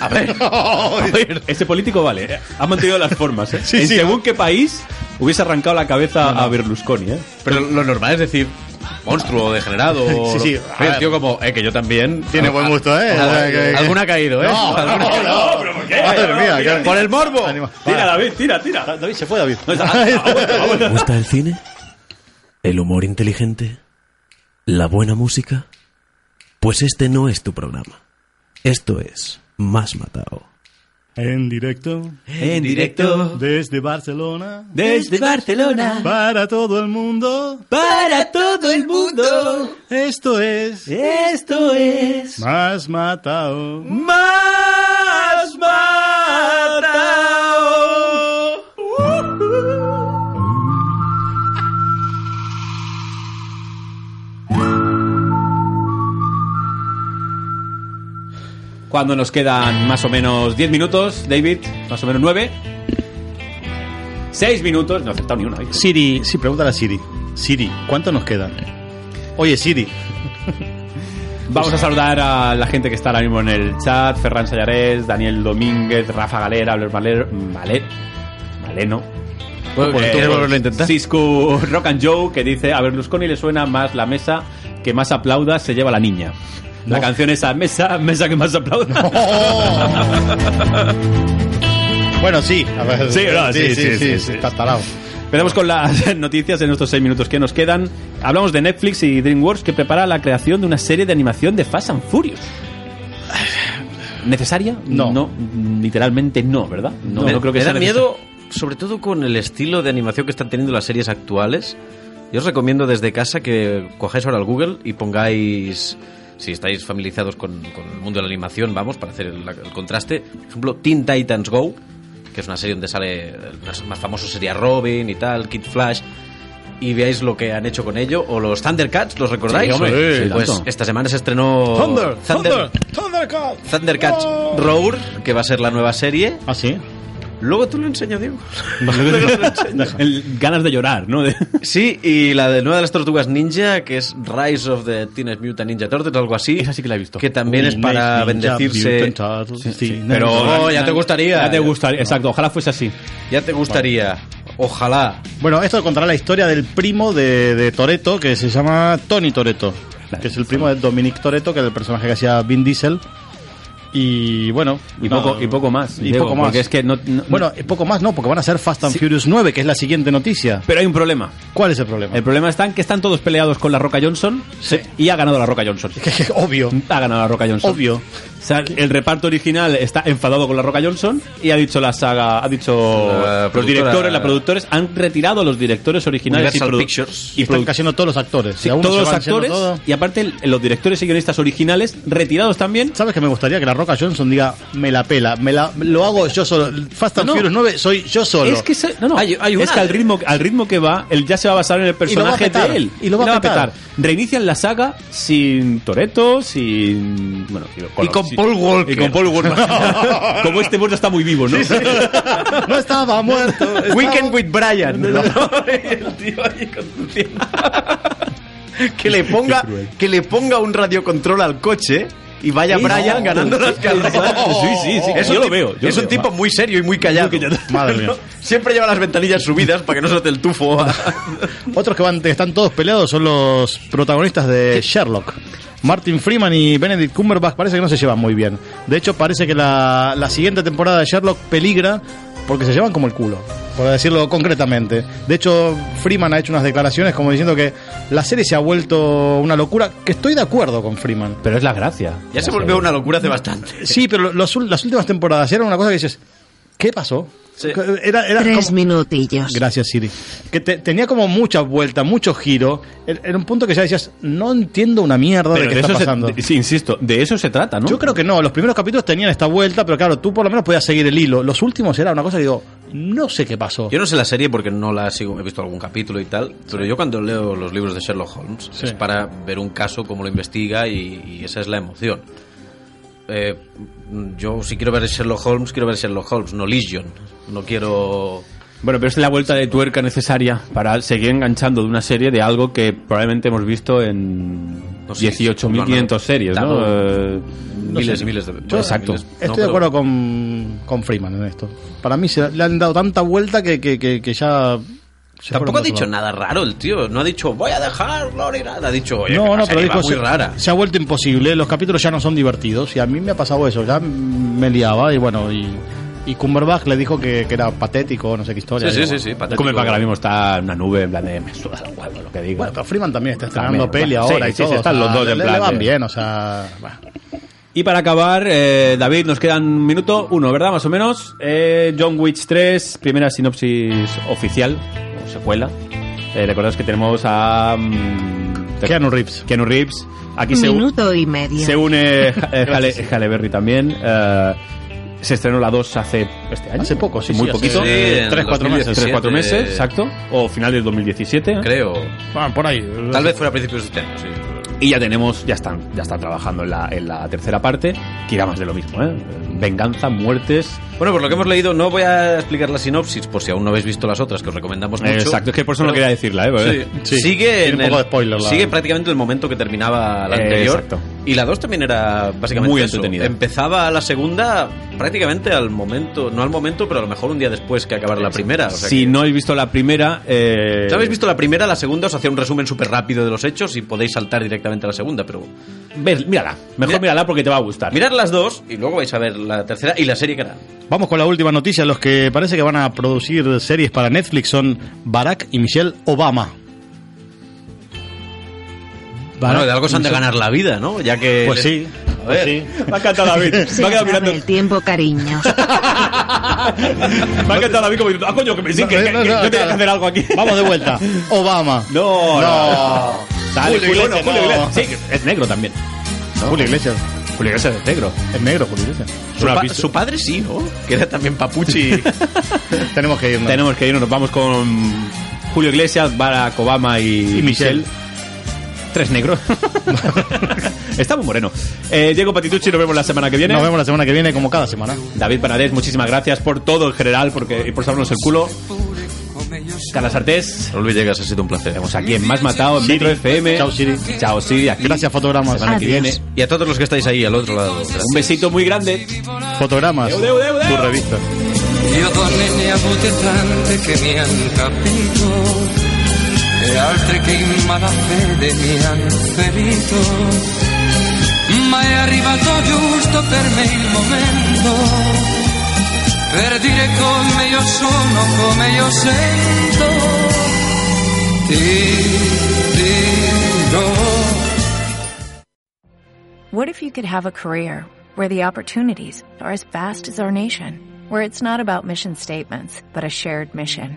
[SPEAKER 3] A ver.
[SPEAKER 1] A ver, Este político vale. eh, Ha mantenido las formas. ¿eh?
[SPEAKER 2] Sí,
[SPEAKER 1] en
[SPEAKER 2] sí.
[SPEAKER 1] según qué país hubiese arrancado la cabeza a Berlusconi. ¿eh?
[SPEAKER 3] Pero lo normal es decir, monstruo, degenerado.
[SPEAKER 2] Sí, sí,
[SPEAKER 3] Pero
[SPEAKER 2] a ver.
[SPEAKER 3] El tío como, eh, que yo también.
[SPEAKER 2] Tiene buen gusto, ¿eh?
[SPEAKER 3] Ah,
[SPEAKER 2] O sea, que-
[SPEAKER 3] Alguna ha caído, ¿eh?
[SPEAKER 2] No, no,
[SPEAKER 3] Alguna-
[SPEAKER 2] no,
[SPEAKER 1] pero ¿por qué?
[SPEAKER 2] Madre
[SPEAKER 1] No,
[SPEAKER 2] mía,
[SPEAKER 1] mira,
[SPEAKER 2] qué-
[SPEAKER 3] Por el morbo.
[SPEAKER 2] Anima-
[SPEAKER 1] Tira, David, tira, tira. ah,
[SPEAKER 2] David se fue, David.
[SPEAKER 10] ¿Te gusta el cine? ¿El humor inteligente? ¿La buena música? Pues este no es tu programa. Esto es Más Matado.
[SPEAKER 2] En directo,
[SPEAKER 1] En directo
[SPEAKER 2] desde Barcelona,
[SPEAKER 1] desde Barcelona.
[SPEAKER 2] para todo el mundo,
[SPEAKER 1] Para todo el mundo,
[SPEAKER 2] esto es
[SPEAKER 1] esto es
[SPEAKER 2] Más Matado.
[SPEAKER 1] Más Matao. Cuando nos quedan más o menos 10 minutos, David, más o menos 9. 6 minutos, no he acertado ni una. ¿eh?
[SPEAKER 2] Siri, sí, pregúntale a Siri. Siri, ¿cuánto nos quedan? Oye, Siri.
[SPEAKER 1] Vamos a saludar a la gente que está ahora mismo en el chat: Ferran Sallarés, Daniel Domínguez, Rafa Galera, Albert Maler, Maler, Maleno.
[SPEAKER 3] Bueno,
[SPEAKER 1] Eh,
[SPEAKER 3] ¿Quieres Pues, volverlo a intentar?
[SPEAKER 1] Cisco Rock and Joe que dice: A Berlusconi le suena más la mesa que más aplauda se lleva la niña. La canción esa, mesa, mesa que más aplauda.
[SPEAKER 2] Bueno, sí. A ver,
[SPEAKER 1] Sí, no, sí, sí, sí, sí.
[SPEAKER 2] Está tarado.
[SPEAKER 1] Veremos con las noticias en estos seis minutos que nos quedan. Hablamos de Netflix y DreamWorks que prepara la creación de una serie de animación de Fast and Furious. ¿Necesaria?
[SPEAKER 2] No.
[SPEAKER 1] literalmente no, ¿verdad? No,
[SPEAKER 3] me,
[SPEAKER 1] no creo que
[SPEAKER 3] me
[SPEAKER 1] sea
[SPEAKER 3] da
[SPEAKER 1] necesaria.
[SPEAKER 3] miedo, sobre todo con el estilo de animación que están teniendo las series actuales. Yo os recomiendo desde casa que cojáis ahora el Google y pongáis, si estáis familiarizados con, con el mundo de la animación, vamos, para hacer el, el contraste, por ejemplo, Teen Titans Go, que es una serie donde sale, el más más famoso sería Robin y tal, Kid Flash. Y veáis lo que han hecho con ello. O los Thundercats, ¿los recordáis?
[SPEAKER 1] Sí, hombre, sí,
[SPEAKER 3] pues
[SPEAKER 1] tanto.
[SPEAKER 3] esta semana se estrenó
[SPEAKER 1] Oh.
[SPEAKER 3] Thunder-
[SPEAKER 2] Thundercat.
[SPEAKER 3] Thundercats Roar, que va a ser la nueva serie.
[SPEAKER 2] ¿Ah, sí?
[SPEAKER 3] Luego te lo enseño, Diego.
[SPEAKER 1] El- ganas de llorar, ¿no? De-
[SPEAKER 3] Sí, y la de nueva de las tortugas ninja, que es Rise of the Teenage Mutant Ninja Turtles, algo así.
[SPEAKER 1] Esa sí que la he visto.
[SPEAKER 3] Que también es para bendecirse.
[SPEAKER 1] Pero
[SPEAKER 3] Oh, ya te gustaría.
[SPEAKER 1] Ya te gustaría, exacto. Ojalá fuese así.
[SPEAKER 3] Ya te gustaría. Ojalá.
[SPEAKER 2] Bueno, esto contará la historia del primo de, de Toreto, que se llama Tony Toreto, que es el primo de Dominic Toreto, que era el personaje que hacía Vin Diesel. Y bueno,
[SPEAKER 1] Y,
[SPEAKER 2] nada.
[SPEAKER 1] poco, y poco más.
[SPEAKER 2] Y
[SPEAKER 1] Diego,
[SPEAKER 2] poco más.
[SPEAKER 1] Porque es que no, no-
[SPEAKER 2] Bueno, eh, poco más no, porque van a ser Fast and Furious 9, que es la siguiente noticia.
[SPEAKER 1] Pero hay un problema.
[SPEAKER 2] ¿Cuál es el problema?
[SPEAKER 1] El problema está en que están todos peleados con la Roca Johnson
[SPEAKER 2] Ah. Sí.
[SPEAKER 1] y ha ganado la Roca Johnson.
[SPEAKER 2] Obvio,
[SPEAKER 1] Ha ganado la Roca Johnson.
[SPEAKER 2] obvio.
[SPEAKER 1] O sea, el reparto original está enfadado con la Roca Johnson y ha dicho la saga, ha dicho
[SPEAKER 3] La
[SPEAKER 1] los
[SPEAKER 3] productora-
[SPEAKER 1] directores, las productores, han retirado a los directores originales
[SPEAKER 3] Universal
[SPEAKER 1] y, produ-
[SPEAKER 3] Pictures.
[SPEAKER 1] y
[SPEAKER 2] Y están
[SPEAKER 1] produ-
[SPEAKER 2] cayendo todos los actores.
[SPEAKER 1] sí,
[SPEAKER 2] Y a uno
[SPEAKER 1] todos
[SPEAKER 2] se
[SPEAKER 1] los
[SPEAKER 2] van yendo
[SPEAKER 1] actores
[SPEAKER 2] todo.
[SPEAKER 1] y aparte el- los directores y guionistas originales retirados también.
[SPEAKER 2] ¿Sabes que me gustaría que la Roca Johnson diga, me la pela, me la, lo hago yo solo? Fast and
[SPEAKER 1] No.
[SPEAKER 2] Furious 9 soy yo solo.
[SPEAKER 1] Es que, se- no, no,
[SPEAKER 3] Hay- hay
[SPEAKER 1] es
[SPEAKER 3] una-
[SPEAKER 1] que al ritmo, al ritmo que va, él ya se va a basar en el
[SPEAKER 2] lo va a
[SPEAKER 1] personaje
[SPEAKER 2] petar,
[SPEAKER 1] de él.
[SPEAKER 2] y lo va a petar.
[SPEAKER 1] Reinician la saga sin Toreto, sin. Bueno,
[SPEAKER 3] y con
[SPEAKER 1] sí.
[SPEAKER 2] Paul Walker.
[SPEAKER 1] Y con Paul Walker. Como este muerto está muy vivo, ¿no?
[SPEAKER 2] No estaba muerto. estaba-
[SPEAKER 3] Weekend with Brian. El tío ahí conduciendo. que le ponga que le ponga un radiocontrol al coche y vaya
[SPEAKER 1] Sí,
[SPEAKER 3] Brian
[SPEAKER 1] no,
[SPEAKER 3] ganando las carreras.
[SPEAKER 1] exacto. Sí, sí, sí,
[SPEAKER 3] Es
[SPEAKER 1] yo
[SPEAKER 3] un
[SPEAKER 1] lo
[SPEAKER 3] tip-
[SPEAKER 1] veo, yo
[SPEAKER 3] es
[SPEAKER 1] lo
[SPEAKER 3] un
[SPEAKER 1] veo.
[SPEAKER 3] tipo muy serio y muy callado.
[SPEAKER 2] Madre mía.
[SPEAKER 3] Siempre lleva las ventanillas subidas para que no se note el tufo.
[SPEAKER 2] Otros que van, que están todos peleados son los protagonistas de Sherlock. Martin Freeman y Benedict Cumberbatch parece que no se llevan muy bien. De hecho, parece que la, la siguiente temporada de Sherlock peligra porque se llevan como el culo, por decirlo concretamente. De hecho, Freeman ha hecho unas declaraciones como diciendo que la serie se ha vuelto una locura, que estoy de acuerdo con Freeman.
[SPEAKER 1] Pero es la gracia.
[SPEAKER 3] ya se volvió una locura hace bastante.
[SPEAKER 2] Sí, pero los ul- las últimas temporadas era una cosa que dices, ¿qué pasó? Era, era
[SPEAKER 11] Tres
[SPEAKER 2] como-
[SPEAKER 11] minutillos.
[SPEAKER 2] Gracias, Siri. Que te- tenía como mucha vuelta, mucho giro. Era era un punto que ya decías, no entiendo una mierda de qué
[SPEAKER 1] de
[SPEAKER 2] está
[SPEAKER 1] eso se-
[SPEAKER 2] pasando.
[SPEAKER 1] de- sí, insisto, de eso se trata, ¿no?
[SPEAKER 2] Yo creo que no, los primeros capítulos tenían esta vuelta, pero claro, tú por lo menos podías seguir el hilo. Los últimos era una cosa que digo, no sé qué pasó.
[SPEAKER 3] Yo no sé la serie porque no la sigo, he visto algún capítulo y tal, pero yo cuando leo los libros de Sherlock Holmes
[SPEAKER 2] Sí.
[SPEAKER 3] es para ver un caso, cómo lo investiga y, y esa es la emoción. Eh, yo si quiero ver Sherlock Holmes, quiero ver Sherlock Holmes, no Legion. No quiero...
[SPEAKER 1] Bueno, pero es la vuelta de tuerca necesaria para seguir enganchando de una serie de algo que probablemente hemos visto en
[SPEAKER 3] No sé,
[SPEAKER 1] 18.500 series, ¿no?
[SPEAKER 3] Claro.
[SPEAKER 1] Eh,
[SPEAKER 3] miles y miles de...
[SPEAKER 2] Yo
[SPEAKER 1] Exacto.
[SPEAKER 2] Estoy de acuerdo con, con Freeman en esto. Para mí se le han dado tanta vuelta que, que, que, que ya... se fueron
[SPEAKER 3] Tampoco
[SPEAKER 2] por
[SPEAKER 3] ha
[SPEAKER 2] otro
[SPEAKER 3] dicho
[SPEAKER 2] lado.
[SPEAKER 3] nada raro el tío, no ha dicho voy a dejarlo ni nada, ha dicho... "Oye,
[SPEAKER 2] No,
[SPEAKER 3] que la
[SPEAKER 2] no, pero
[SPEAKER 3] serie va
[SPEAKER 2] dijo,
[SPEAKER 3] muy
[SPEAKER 2] se,
[SPEAKER 3] rara.
[SPEAKER 2] se ha vuelto imposible, los capítulos ya no son divertidos y a mí me ha pasado eso, ya me liaba y bueno, y, y Cumberbatch le dijo que, que era patético, no sé qué historia.
[SPEAKER 3] Sí,
[SPEAKER 2] y
[SPEAKER 3] sí,
[SPEAKER 2] bueno.
[SPEAKER 3] sí, sí, patético.
[SPEAKER 1] Come para que ahora mismo está en una nube, en plan de me suda el huevo lo que diga.
[SPEAKER 2] Bueno, pero Freeman también está estrenando
[SPEAKER 1] También,
[SPEAKER 2] peli
[SPEAKER 1] bueno,
[SPEAKER 2] ahora
[SPEAKER 1] sí,
[SPEAKER 2] y
[SPEAKER 1] sí,
[SPEAKER 2] todo.
[SPEAKER 1] sí, están
[SPEAKER 2] o sea,
[SPEAKER 1] los dos en
[SPEAKER 2] le-
[SPEAKER 1] plan
[SPEAKER 2] Le van
[SPEAKER 1] de-
[SPEAKER 2] bien, o sea... bueno.
[SPEAKER 1] Y para acabar, eh, David, nos quedan un minuto, uno, ¿verdad? Más o menos. Eh, John Witch 3, primera sinopsis oficial, o secuela. Eh, recordad que tenemos a... mm,
[SPEAKER 2] Keanu Reeves.
[SPEAKER 1] Keanu Reeves. Aquí se,
[SPEAKER 11] Minuto y medio.
[SPEAKER 1] se une eh, Halle, Halle Berry también. Eh, se estrenó la 2 hace este año.
[SPEAKER 2] Hace poco, sí,
[SPEAKER 1] Muy
[SPEAKER 2] sí, hace-
[SPEAKER 1] poquito.
[SPEAKER 3] Sí, en
[SPEAKER 1] 3-4 meses.
[SPEAKER 3] 2017.
[SPEAKER 1] 3-4 meses, exacto. O final del 2017. ¿eh?
[SPEAKER 3] Creo.
[SPEAKER 2] Ah, por ahí.
[SPEAKER 3] Tal vez fuera a principios de este año, sí.
[SPEAKER 1] Y ya tenemos, ya están, ya están trabajando en la, en la tercera parte, que irá más de lo mismo, ¿eh? Venganza, muertes.
[SPEAKER 3] Bueno, por lo que hemos leído, no voy a explicar la sinopsis por si aún no habéis visto las otras, que os recomendamos mucho.
[SPEAKER 1] Exacto, es que por eso no
[SPEAKER 3] Pero-
[SPEAKER 1] quería decirla, ¿eh? Porque-
[SPEAKER 3] Sí.
[SPEAKER 2] Sí.
[SPEAKER 3] Sigue,
[SPEAKER 2] Tiene
[SPEAKER 3] en
[SPEAKER 2] un poco
[SPEAKER 3] el-
[SPEAKER 2] de spoiler la-
[SPEAKER 3] sigue prácticamente el momento que terminaba la
[SPEAKER 1] Eh,
[SPEAKER 3] anterior.
[SPEAKER 1] exacto.
[SPEAKER 3] Y la 2 también era básicamente
[SPEAKER 1] Muy
[SPEAKER 3] eso.
[SPEAKER 1] entretenida.
[SPEAKER 3] Empezaba la segunda prácticamente al momento, no al momento, pero a lo mejor un día después que acabar la primera. O sea
[SPEAKER 1] si
[SPEAKER 3] que-
[SPEAKER 1] no habéis visto la primera, eh,
[SPEAKER 3] Si habéis visto la primera, la segunda os hacía un resumen súper rápido de los hechos y podéis saltar directamente a la segunda, pero
[SPEAKER 1] ves- mírala. Mejor
[SPEAKER 3] Mira-
[SPEAKER 1] mírala porque te va a gustar.
[SPEAKER 3] mirad las dos y luego vais a ver la tercera y la serie que hará.
[SPEAKER 2] Vamos con la última noticia. Los que parece que van a producir series para Netflix son Barack y Michelle Obama.
[SPEAKER 3] Bueno,
[SPEAKER 2] Barack
[SPEAKER 3] de algo
[SPEAKER 2] y
[SPEAKER 3] se han de
[SPEAKER 2] Michelle-
[SPEAKER 3] ganar la vida, ¿no? Ya que...
[SPEAKER 2] Pues sí.
[SPEAKER 3] A ver.
[SPEAKER 1] Va a cantar David.
[SPEAKER 11] Se
[SPEAKER 1] Va a quedar
[SPEAKER 11] acaba
[SPEAKER 1] mirando.
[SPEAKER 11] el tiempo, cariño.
[SPEAKER 1] Va a cantar David como diciendo, ah, coño, que me dicen que,
[SPEAKER 2] No,
[SPEAKER 1] que-
[SPEAKER 2] no,
[SPEAKER 1] que
[SPEAKER 2] no,
[SPEAKER 1] yo tenía
[SPEAKER 2] no.
[SPEAKER 1] que hacer algo aquí.
[SPEAKER 2] Vamos de vuelta. Obama.
[SPEAKER 1] No, no. Dale,
[SPEAKER 2] Julio
[SPEAKER 1] Julio,
[SPEAKER 2] Iglesias,
[SPEAKER 1] Julio
[SPEAKER 2] no.
[SPEAKER 1] Iglesias. Sí, que es negro también.
[SPEAKER 2] Julio Iglesias.
[SPEAKER 1] Julio Iglesias es negro.
[SPEAKER 2] Es negro, Julio Iglesias.
[SPEAKER 3] Su,
[SPEAKER 1] ¿Lo has
[SPEAKER 3] pa-
[SPEAKER 1] visto?
[SPEAKER 3] su padre sí, ¿no? Que era también papuchi.
[SPEAKER 2] Tenemos que irnos.
[SPEAKER 1] Tenemos que irnos, nos vamos con Julio Iglesias, Barack Obama y,
[SPEAKER 2] Y Michelle.
[SPEAKER 1] Tres negros. Está muy moreno. Eh, Diego Patitucci, nos vemos la semana que viene.
[SPEAKER 2] Nos vemos la semana que viene, como cada semana.
[SPEAKER 1] David Panadés, muchísimas gracias por todo en general porque, y por salvarnos el culo. Carlos Artés,
[SPEAKER 3] No Luis Llegas, ha sido un placer.
[SPEAKER 1] estamos aquí en Más Matado, en Metro FM.
[SPEAKER 2] Chao, Siri.
[SPEAKER 1] Chao, Siri. aquí.
[SPEAKER 2] Gracias, fotogramas.
[SPEAKER 1] La semana que
[SPEAKER 11] Adiós.
[SPEAKER 1] viene.
[SPEAKER 3] Y a todos los que estáis ahí al otro lado.
[SPEAKER 1] Un besito muy grande.
[SPEAKER 2] Fotogramas.
[SPEAKER 1] Deu, deu, deu.
[SPEAKER 2] Tu revista.
[SPEAKER 9] Io donne ne ho avute tante che mi han capito e altre che in malafede mi han ferito. Ma è arrivato giusto per me il momento per dire come io sono, come io sento. Ti dirò.
[SPEAKER 12] What if you could have a career where the opportunities are as vast as our nation, where it's not about mission statements, but a shared mission?